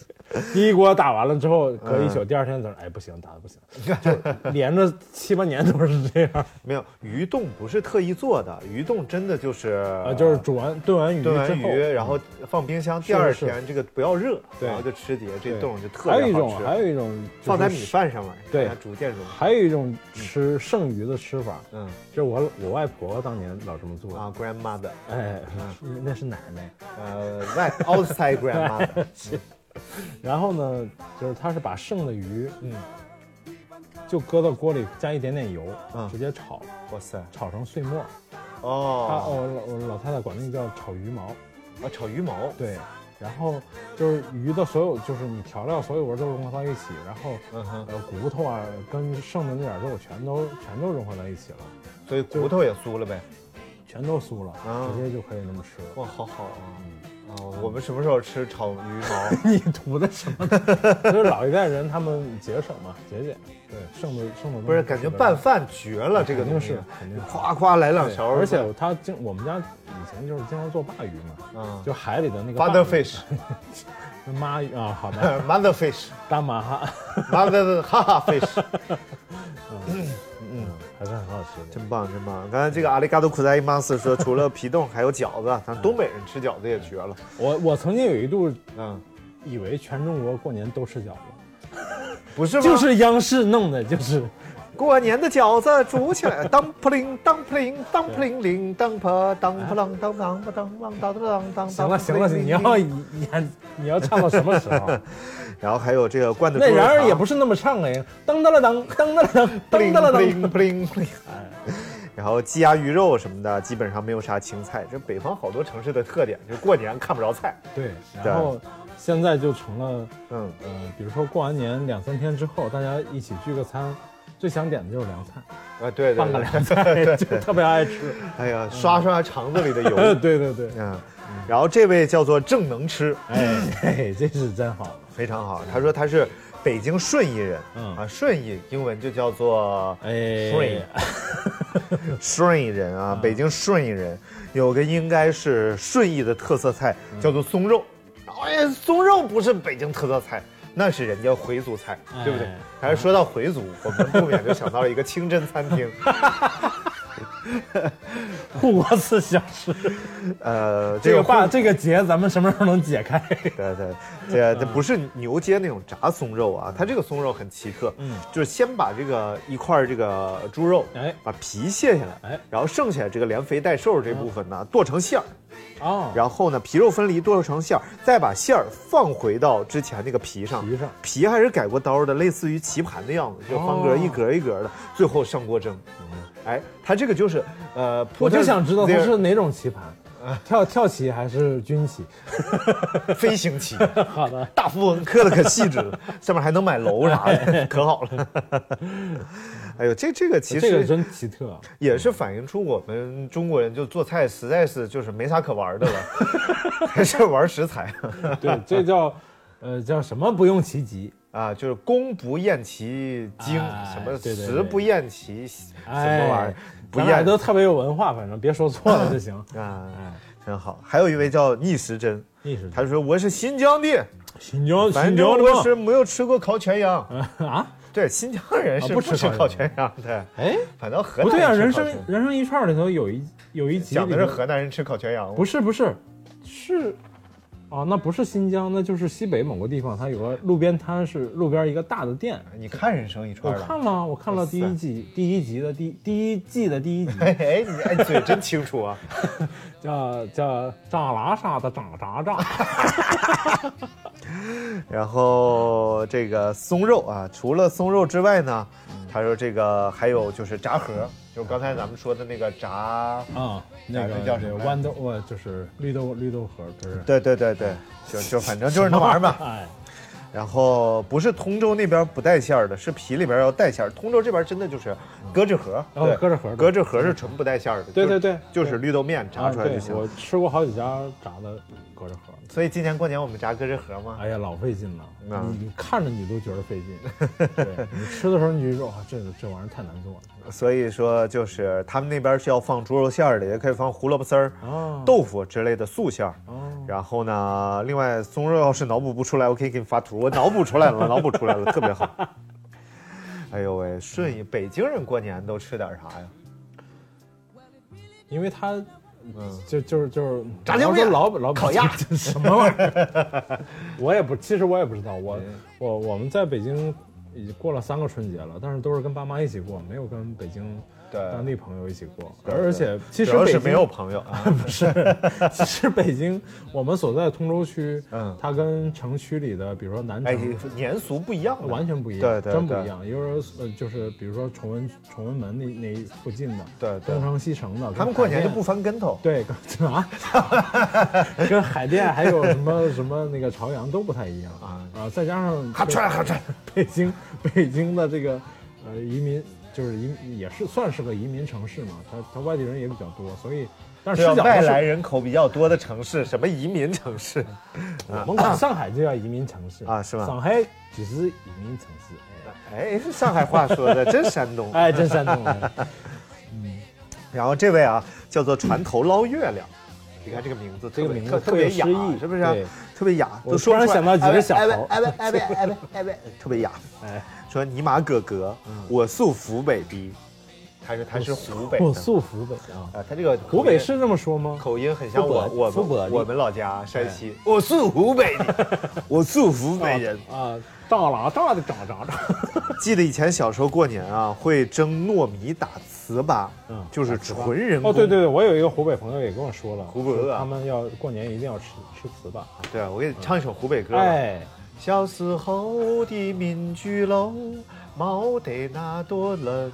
S6: 第一锅打完了之后，隔一
S4: 嗯
S6: 宿，第二天早上，哎，不行，打的不行，就连着七八年都是这 样。
S4: 没有鱼冻不是特意做的，鱼冻真的就是
S6: 啊，
S4: 呃
S6: 就是煮完炖完鱼之
S4: 炖
S6: 后，
S4: 完鱼，然后放冰箱，第
S6: 是
S4: 二
S6: 是
S4: 天这个不要热，
S6: 对
S4: 然后就吃结，这
S6: 对
S4: 冻就特
S6: 还有一
S4: 别
S6: 种
S4: 好，吃。
S6: 还有一种
S4: 放在
S6: 在
S4: 米，饭上面，
S6: 对
S4: 让它逐渐融化。
S6: 还有一种吃剩余的吃法，
S4: 嗯
S6: 就是我我外婆当年老这么做。
S4: 啊，grandmother，嗯
S6: 哎，那是奶奶。
S4: 呃外 outside grandmother，
S6: 然后呢，就是她是把剩的鱼，
S4: 嗯，
S6: 就搁到锅里加一点点油，
S4: 嗯
S6: 直接炒，
S4: 哇塞，
S6: 炒成碎末。她
S4: 哦，
S6: 我老我老太太管那个叫炒鱼毛。
S4: 啊炒鱼毛，
S6: 对，然后就是鱼的所有，就是你调料所有味儿都融合到一起，然后、
S4: 嗯哼，
S6: 呃骨头啊跟剩的那点肉全都全都融合在一起了，
S4: 所以骨头也酥了呗。
S6: 全都酥了，
S4: 啊
S6: 直接就可以那么吃。
S4: 哇，好好啊！
S6: 嗯
S4: 哦，我们什么时候吃炒鱼毛？
S6: 你图的什么呢？ 就是老一代人他们节省嘛，节俭。对，剩的剩的东西
S4: 不是，感觉
S6: 吃得
S4: 拌
S6: 了
S4: 饭绝了，这个
S6: 肯定
S4: 东西
S6: 是，肯定是
S4: 夸夸来两
S6: 对
S4: 勺，
S6: 而且他经我们家以前就是经常做鲅鱼嘛，
S4: 嗯
S6: 就海里的那个鲅鱼
S4: Motherfish，
S6: 妈鱼啊，好 的，
S4: motherfish，mother
S6: 大马哈，
S4: 哈哈 fish，
S6: 嗯，还是很好吃的。
S4: 真棒真棒！刚才这个阿里嘎多苦塞伊马斯说，除了皮冻还有饺子，咱东北人吃饺子也绝了。
S6: 我我曾经有一度
S4: 嗯，
S6: 以为全中国过年都吃饺子，
S4: 不是吗？
S6: 就是央视弄的，就是
S4: 过年的饺子煮起来，当扑灵当扑灵当扑灵灵当扑当扑啷当当扑当啷当当当。
S6: 行了行了，你要演，你要唱到什么时候？
S4: 然后还有这个罐头猪
S6: 那
S4: 肉
S6: 然而
S4: 肠
S6: 也不是那么唱哎，噔噔了噔，噔噔了噔，
S4: 不
S6: 噔
S4: 灵
S6: 噔了
S4: 不
S6: 噔。
S4: 灵不灵 不灵。然后鸡鸭鱼肉什么的，基本上没有啥青菜。这北方好多城市的特点，就是过年看不着菜。
S6: 对，
S4: 对
S6: 然后现在就成了，
S4: 嗯，
S6: 呃，比如说过完年两三天之后，大家一起聚个餐，最想点的就是凉菜，
S4: 啊，对对对，
S6: 拌个 凉菜就特别爱吃。
S4: 哎呀，刷刷肠子里的
S6: 呃，
S4: 油。
S6: 对对对，
S4: 嗯，然后这位叫做正能吃，
S6: 哎，嘿这是真好。
S4: 非常好。他说他是北京顺义人，
S6: 嗯
S4: 啊，顺义英文就叫做
S6: 哎，
S4: 顺顺义人啊，
S6: 嗯
S4: 北京顺义人有个应该是顺义的特色菜，
S6: 嗯
S4: 叫做松肉。哎，松肉不是北京特色菜，那是人家回族菜，对不对
S6: 哎？
S4: 还是说到回族，我们不免就想到了一个清真餐 厅。
S6: 护国寺小吃，
S4: 呃，
S6: 这个
S4: 话。
S6: 话这个结咱们什么时候能解开？
S4: 对对，啊这这不是牛街那种炸松肉啊，它这个松肉很奇特，嗯，就是先把这个一块儿这个猪肉，
S6: 哎
S4: 把皮卸下来，
S6: 哎嗯
S4: 然后剩下这个连肥带瘦这部分呢剁成馅儿，
S6: 哦，
S4: 然后呢皮肉分离剁成馅儿，再把馅儿放回到之前那个皮上，
S6: 皮上
S4: 还是改过刀的，类似于棋盘的样子，就方格
S6: 哦嗯
S4: 一格一格的，最后上锅蒸。哎，它这个就是，呃，
S6: 我就
S4: Porter
S6: 想知道它
S4: There-
S6: 是哪种 棋盘，跳跳棋还是军棋？
S4: 飞行棋。
S6: 好的，
S4: 大富翁刻的可细 致了，上面还能买楼啥的，可好了。哎呦，这这个其
S6: 这个
S4: 实
S6: 真奇特。
S4: 也是反映出我们中国人就做菜实在是就是没啥可玩的 了，还是玩食材
S6: 对，这叫呃叫什么？不用其极，
S4: 啊，就是公不厌其精，
S6: 哎
S4: 什么
S6: 对对
S4: 食
S6: 对
S4: 不厌其什
S6: 哎
S4: 么玩意儿，不
S6: 咱俩
S4: 厌
S6: 都特别有文化，反正别说错了 就行。
S4: 啊，
S6: 哎，
S4: 真好。还有一位叫逆时针，
S6: 历史
S4: 他说我是新疆的，
S6: 新疆
S4: 反
S6: 新
S4: 正
S6: 疆
S4: 我
S6: 的
S4: 是没有吃过烤全羊。
S6: 吗？啊，
S4: 对，新疆人
S6: 啊
S4: 是
S6: 不
S4: 吃
S6: 吃
S4: 烤
S6: 烤
S4: 全
S6: 全
S4: 羊的，
S6: 哎，
S4: 反倒河
S6: 不
S4: 南
S6: 对啊，
S4: 吃
S6: 人
S4: 烤
S6: 生
S4: 全羊
S6: 人生一串里头有一有一集
S4: 讲的
S6: 里
S4: 是
S6: 头
S4: 河南人吃烤全羊吗，
S6: 不
S4: 是
S6: 是不是是。哦，那不是新疆，那就是西北某个地方，它有个路边摊，是路边一个大的店。
S4: 你看人生一
S6: 我
S4: 串
S6: 看
S4: 了。
S6: 了，我看了第
S4: 哇塞
S6: 一集，第一集的第第一季的第一集，
S4: 哎哎，你哎嘴真清楚啊！
S6: 叫叫炸拉啥的炸炸炸。
S4: 然后这个松肉啊，除了松肉之外呢，他说这个还有就是炸盒，就是刚才咱们说的那个炸，
S6: 啊，那
S4: 哎那
S6: 个
S4: 叫什么来着
S6: 豌豆，我就是绿豆绿豆盒，不是？
S4: 对对对对，就就反正就是那玩意儿吧。
S6: 哎，
S4: 然后不是通州那边不带馅儿的，是皮里边要带馅儿。通州这边真的就是搁置盒，
S6: 哦
S4: 对，
S6: 搁置盒
S4: 搁置盒是纯不带馅儿的。
S6: 对
S4: 就是
S6: 对对
S4: 就是绿豆面炸
S6: 啊，
S4: 出来就
S6: 对，
S4: 行。
S6: 我吃过好几家炸的搁着盒，
S4: 所以今年过年我们炸搁置盒吗？
S6: 哎呀，老费劲了，
S4: 啊
S6: 你你看着你都觉得费劲， 对你吃的时候你就说啊，这个这玩意儿太难做了。
S4: 所以说，就是他们那边是要放猪肉馅儿的，也可以放胡萝卜丝儿、
S6: 哦
S4: 豆腐之类的素馅儿。
S6: 哦
S4: 然后呢，另外松肉要是脑补不出来，我可以给你发图。我脑补出来 了，脑补出来了，特别好。哎呦喂，顺
S6: 嗯
S4: 义北京人过年都吃点啥呀？
S6: 因为它。
S4: 嗯
S6: 就就是就是
S4: 炸酱面
S6: 老老
S4: 烤鸭
S6: 这 什么玩意儿？ 我也不，其实我也不知道。我
S4: 嗯
S6: 我我们在北京已经过了三个春节了，但是都是跟爸妈一起过，没有跟北京
S4: 对
S6: 当地朋友一起过。
S4: 对
S6: 而且其实
S4: 主要
S6: 北
S4: 是
S6: 京
S4: 没有朋友啊。
S6: 不是，其实北京我们所在的通州区，
S4: 嗯
S6: 它跟城区里的，比如说南
S4: 哎
S6: 城，，
S4: 年俗不一样的，
S6: 嗯完全不一样，
S4: 对对
S6: 真不
S4: 对
S6: 一样。有时候呃，就是比如说崇文崇文门那那附近的，
S4: 对对
S6: 东城西城的，
S4: 他们
S6: 跟
S4: 过
S6: 海
S4: 年就
S6: 淀
S4: 不翻跟头。
S6: 对，跟啊， 跟海淀还有什么什么那个朝阳都不太一样啊啊，再加上
S4: 哈串哈串，
S6: 北京北京的这个呃移民就是移也是算是个移民城市嘛，它它外地人也比较多，所以 但是
S4: 这
S6: 视角
S4: 啊外
S6: 是啊
S4: 来人口比较多的城 市，什么移民城市？
S6: 我们管上海就叫移民城市
S4: 啊是吧
S6: 上海只是移民城市，
S4: 哎，上海话说的真山东。
S6: 哎，哎真山东人。
S4: 然后这位啊，叫做船头捞月亮。你看这个名字特别，
S6: 这个名字
S4: 特特别
S6: 特有
S4: 雅
S6: 诗意，
S4: 是不是啊
S6: 对？
S4: 特别雅，
S6: 我
S4: 都说
S6: 突然
S4: 出来
S6: 想到几个小
S4: 哎喂
S6: 猴
S4: 哎喂哎喂 哎喂哎喂，特别雅。
S6: 哎，嗯
S4: 说尼玛哥哥，我素湖北的，他说他是湖北的，
S6: 我素湖北啊，
S4: 啊，他这个口音
S6: 湖北是这么说吗？
S4: 口音很像我
S6: 苏北
S4: 我
S6: 苏北
S4: 们
S6: 的
S4: 我们老家
S6: 哎
S4: 山西，我
S6: 哦
S4: 素湖北的，我素湖北人。
S6: 啊，大拉大的长长长，
S4: 记得以前小时候过年啊，会蒸糯米打糍粑，
S6: 嗯
S4: 就是纯人工。
S6: 哦，对对对，我有一个湖北朋友也跟我说了，
S4: 湖北
S6: 说
S4: 啊
S6: 他们要过年一定要吃吃糍粑。
S4: 对，我给你唱一首湖北歌吧。
S6: 嗯哎，
S4: 小时候的民居楼，没得那多人，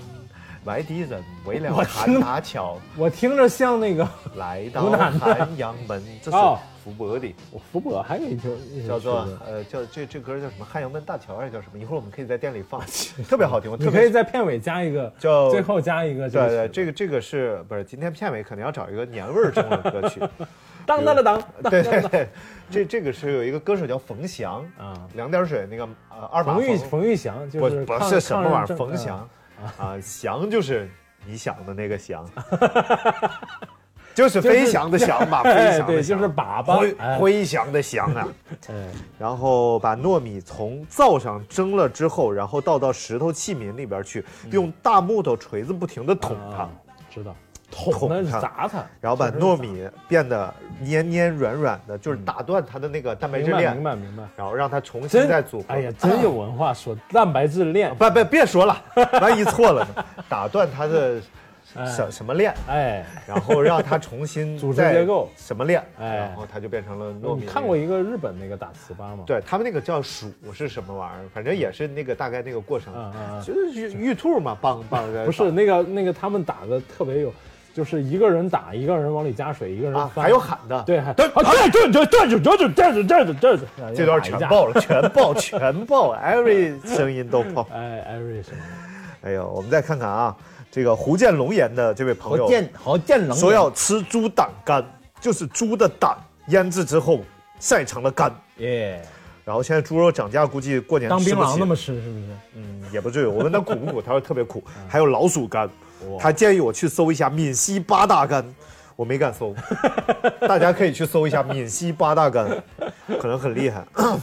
S4: 外地人为了看大桥，
S6: 我听着像 那个
S4: 来到
S6: 湖南的
S4: 汉阳 门，这是
S6: 哦嗯
S4: 福伯的，
S6: 我福伯还有一首一首
S4: 叫做
S6: 曲子
S4: 呃叫这这歌叫什么？汉阳门大桥还是叫什么？一会儿我们可以在店里放，特别好听，我
S6: 你
S4: 特
S6: 可
S4: 别。
S6: 以在片尾加一个，
S4: 叫
S6: 最后加一个
S4: 对
S6: 个曲子。
S4: 对，这个这个是不是今天片尾肯定要找一个年味儿重的歌曲？
S6: 当当当当，
S4: 对对对，这这个是有一个歌手叫冯翔
S6: 啊
S4: 两点水那个呃二马
S6: 冯玉
S4: 冯
S6: 冯玉祥就
S4: 不
S6: 是
S4: 不
S6: 抗
S4: 是什么玩意儿，
S6: 抗日
S4: 冯
S6: 政呃
S4: 翔啊，翔就是你想的那个 翔，就是
S6: 就是
S4: 飞翔的翔吧，飞
S6: 哎，
S4: 翔的
S6: 对，就
S4: 翔，
S6: 是粑
S4: 辉
S6: 粑，哎
S4: 辉翔的翔啊。
S6: 哎
S4: 然后把糯米从灶上蒸了之后，然后倒到石头器皿里边去，用大木头锤子不停地捅它
S6: 嗯啊，知道，
S4: 捅
S6: 捅它
S4: 它
S6: 砸它，
S4: 然后把
S6: 就是嗯
S4: 糯米变得黏黏软软的，就是打断它的那个蛋白质
S6: 明白明
S4: 链，
S6: 白明白，
S4: 然后让它重新
S6: 真
S4: 再组合。
S6: 哎呀，真有文化，说蛋白质链，
S4: 不不，别说 了，万一错了呢？打断它的什什么链，
S6: 哎，
S4: 然后让它重新
S6: 组织
S4: 再
S6: 结构
S4: 什么链，
S6: 哎
S4: 然后它就变成了糯
S6: 你
S4: 米。
S6: 看过？一个日本那个打糍粑吗？，
S4: 对他们那个叫鼠是什么玩意儿？反正也是那个大概那个过程，
S6: 嗯嗯嗯
S4: 就是玉玉兔嘛，棒棒的。
S6: 不是那个那个他们打的特别有，就是一个人打，一个人往里加水，一个人
S4: 啊，
S6: 翻
S4: 还有喊的，
S6: 对，还
S4: 对
S6: 啊对对对对对对对对对对对对，
S4: 这段全 爆了，全爆，全爆，every 声音都爆。
S6: 哎，艾瑞什么？
S4: 哎呦，我们再看看啊，这个胡建龙岩的这位朋友，
S9: 好见冷
S4: 说要吃猪胆肝，就是猪的胆腌制之后晒成了干。
S6: 耶，
S4: 然后现在猪肉涨价，估计过年
S9: 当
S4: 吃
S9: 槟
S4: 不
S9: 榔
S4: 起
S9: 那么吃是不是？
S4: 也不至于。我问他苦不苦，他说特 别苦。
S9: 嗯
S4: 还有老鼠干，他建议我去搜一下闽西八大干，我没 敢搜。大家可以去搜一下闽西八大干， 可能很厉害。嗯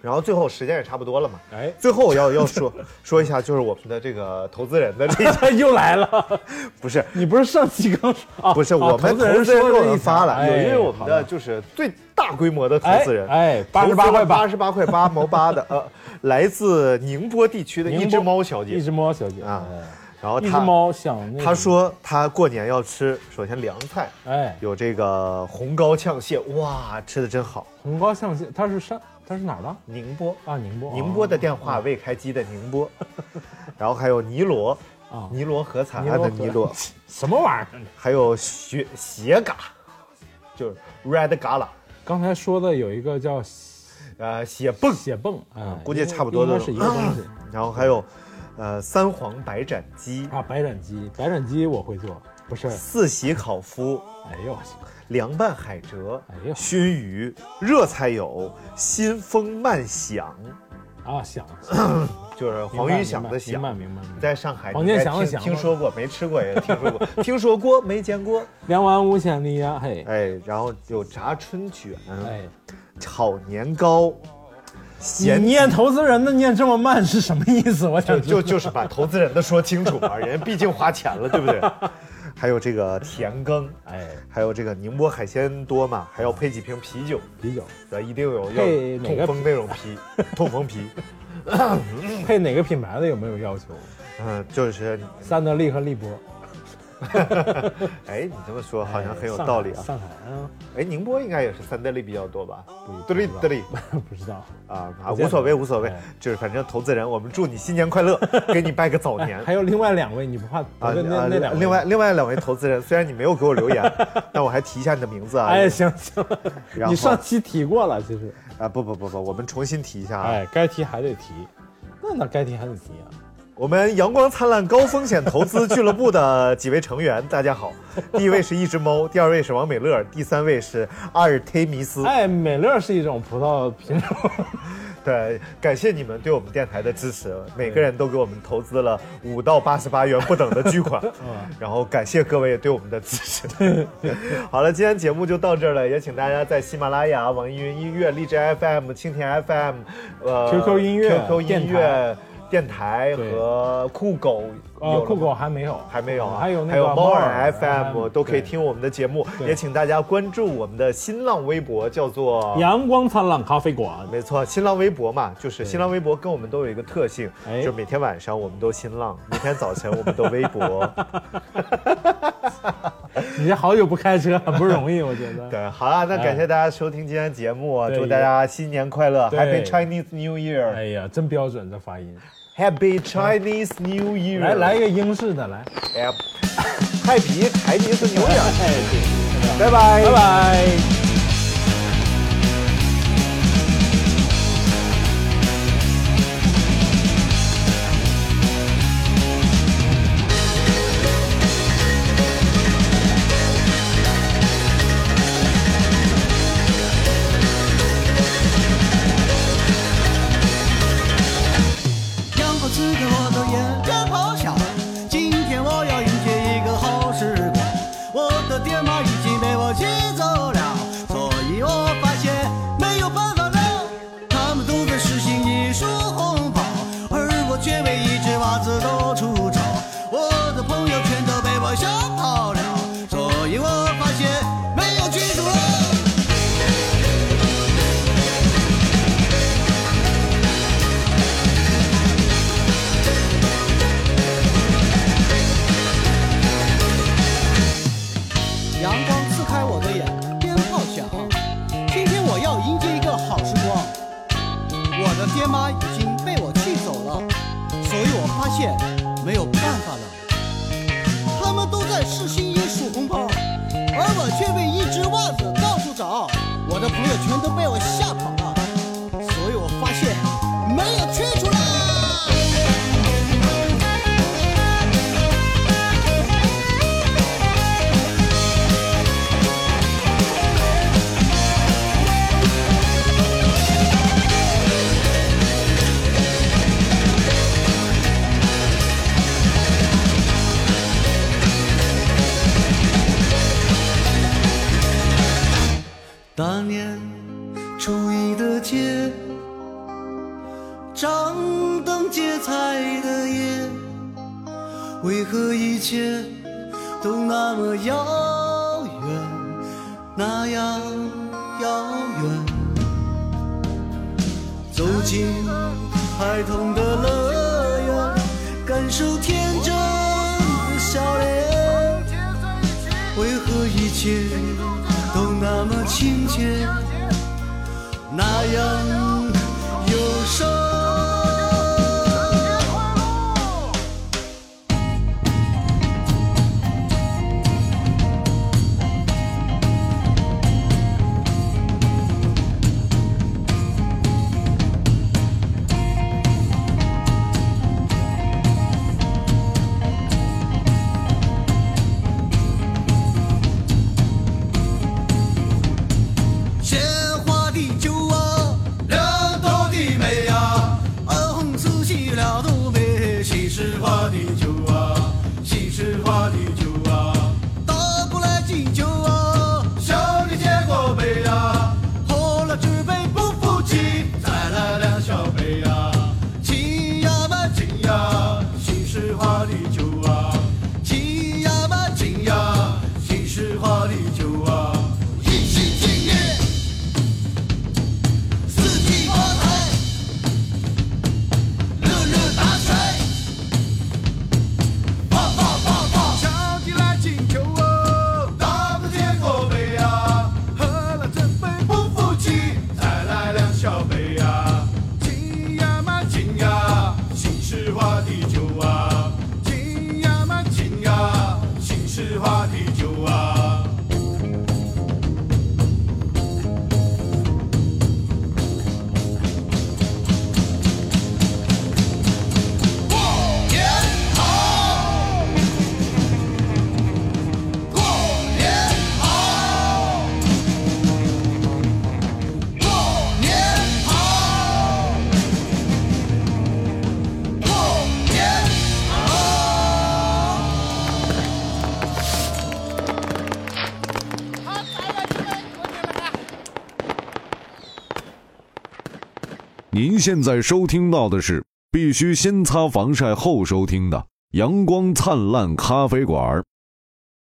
S4: 然后最后时间也差不多了嘛，
S6: 哎，
S4: 最后要要说 说一下，就是我们的这个投资人的这
S6: 他又来了，
S4: 不是
S6: 你不是上期刚啊？
S4: 不是
S6: 啊
S4: 我们
S6: 投资
S4: 投
S6: 人
S4: 资人给我
S6: 说
S4: 们发了，有一
S6: 因
S4: 位
S6: 为
S4: 我们的就是最大规模的投资人，
S6: 哎，八十八块八
S4: 八，十八块八毛八的，呃，来自宁波地区的一
S6: 宁
S4: 只
S6: 波
S4: 猫小
S6: 一
S4: 姐，
S6: 只猫小姐
S4: 啊
S6: 哎
S4: 然后
S6: 一只
S4: 她
S6: 猫想那个
S4: 她，说她过年要吃，首先凉菜
S6: 哎，
S4: 有这个红膏呛蟹，哇，吃的真好。
S6: 红高象限，它是山，它是哪儿的？
S4: 宁波，
S6: 啊，宁波，
S4: 宁波的电话未开机的宁波， 然后还有尼罗
S6: 啊，
S4: 尼罗河惨案的尼
S6: 尼
S4: 罗
S6: 罗，什么玩意儿？
S4: 还有雪斜嘎，就是 red gala，
S6: 刚才说的有一个叫
S4: 呃，血蹦，
S6: 血蹦，哎，
S4: 嗯估计差不多
S6: 应该
S4: 都
S6: 是一个东西
S4: 然后还有，呃，三黄白斩鸡、
S6: 啊。白斩鸡，白斩鸡我会做，不是？
S4: 四喜烤麸、
S6: 哎呦我去，
S4: 凉拌海蜇、
S6: 哎呦
S4: 熏鱼、热菜有、新风慢响，
S6: 啊，想
S4: 嗯就是黄鱼响
S6: 想
S4: 的
S6: 明白
S4: 响。
S6: 明白。明白
S4: 在上海，
S6: 黄健
S4: 你应该
S6: 翔的
S4: 听
S6: 翔吗
S4: 听说过没吃过也听说 过，听说过没见过。
S6: 两万五千里呀，嘿，
S4: 哎，然后有炸春卷、
S6: 哎，
S4: 炒年糕、
S9: 你
S4: 咸
S9: 念投资人的念这么慢是什么意思？我想
S4: 就 就就是把投资人的说清楚嘛，人家毕竟花钱了，对不对？还有这个田羹，
S6: 哎，
S4: 还有这个宁波海鲜多嘛，还要配几瓶啤酒，
S6: 啤酒
S4: 对吧？一定有要
S6: 配哪
S4: 痛
S6: 个
S4: 风那种啤， 痛风啤，
S6: 配哪个品牌的有没有要求？
S4: 嗯，就是，
S6: 三得利和利波，
S4: 哎，你这么说好像
S6: 哎
S4: 很有道 理啊。
S6: 上海上海啊，
S4: 哎，宁波应该也是三得利比较多吧？得
S6: 不
S4: 利得利
S6: 不知道。
S4: 啊啊，
S6: 不见
S4: 无
S6: 得
S4: 所谓无所谓
S6: 哎，
S4: 就是反正投资人，我们祝你新年 快乐，给你拜个早年。
S6: 还有另外两位，你不怕
S4: 啊
S6: 得罪那
S4: 啊
S6: 那两位
S4: 另外另外两位投资人，虽然你没有给我留言， 但我还提一下你的名字啊。
S6: 哎，行行
S4: 然，后
S6: 你上期提过了，其实，
S4: 啊，不不不不，我们重新提一下啊。
S6: 哎，该提还得提，那哪该提还得提啊？
S4: 我们阳光灿烂高风险投资俱乐部的几位成员，大家 好。第一位是一只猫，第二位是王美乐，第三位是阿尔忒弥斯。
S6: 哎，美乐是一种葡萄品种，
S4: 对，感谢你们对我们电台的支持，每个人都给我们投资了五到八十八元不等的巨 款，
S6: 哦
S4: 然后感谢各位对我们的支持。 好了，今天节目就到这儿了，也请大家在喜马拉雅、网易云音乐、荔枝 FM、蜻蜓 FM、呃
S6: QQ 音乐
S4: QQ 音
S6: 电
S4: 乐
S6: 台。
S4: 电台和酷狗
S6: 呃
S4: 有了
S6: 酷狗
S4: 吗
S6: 还没有，
S4: 还没有啊，
S6: 嗯还有那
S4: 还有
S6: 个
S4: 猫
S6: 耳啊
S4: 耳 FM 都可以。
S6: 对
S4: 听我们的节目，
S6: 对
S4: 也请大家关注我们的新浪微博，叫做
S6: 阳光灿烂咖啡馆，
S4: 没错，新浪微博嘛，就是新浪微博跟我们都有一个特性，
S6: 哎
S4: 就是每天晚上我们都新浪， 每天早晨我们都微 博。
S6: 你这好久不开车，很不容易，我觉得。
S4: 对，好了，那感谢大家收听今天的节目啊，
S6: 哎对
S4: 祝大家新年快乐
S6: 对
S4: ，Happy Chinese New
S6: 哎
S4: Year，Happy
S6: 呀，真标准这发音，
S4: Chinese New Year，
S6: 来来一个英式的来，
S4: 哎泰迪台迪是牛眼，拜拜，
S6: 哎拜。拜。
S10: 阳光刺激我的眼，真好笑。今天我要迎接一个好时光，我的爹妈已经被我骑走了，所以我发现没有办法了。他们都在实行一束红包，而我却被一只袜子都出丑。我的朋友全都被我吓跑了，所以我发现没有去处了。阳光刺开我的眼，鞭炮响。今天我要迎接一个好时光。我的爹妈已经被我气走了，所以我发现没有办法了。他们都在试新衣数红包，而我却被一只袜子到处找。我的朋友全都被我吓跑了，所以我发现没有去处啦。大年初一的街，张灯结彩的夜，为何一切都那么遥远，那样遥远？走进孩童的乐园，感受天真的笑脸。为何一切都那么亲切，那样忧伤？鲜花的酒啊，两头的美啊，二红四喜两头美，西施花的酒啊，西施花的酒啊，倒过来敬酒啊，小的接过杯啊，喝了这杯不服气，再来两小杯啊，亲呀嘛亲呀，西施花的酒啊，亲呀嘛亲呀，西施花的酒啊，一起敬业。四季发财，乐乐打财，发发发发。小的来敬酒哦，大的接过杯呀，喝了这杯不服气，再来两小杯啊呀。敬呀嘛敬呀，西施花的酒啊，敬呀嘛敬呀，西施花的酒啊。过年好，过年好，过年好，过年好。
S11: 您现在收听到的是必须先擦防晒后收听的
S4: 阳光灿烂咖啡馆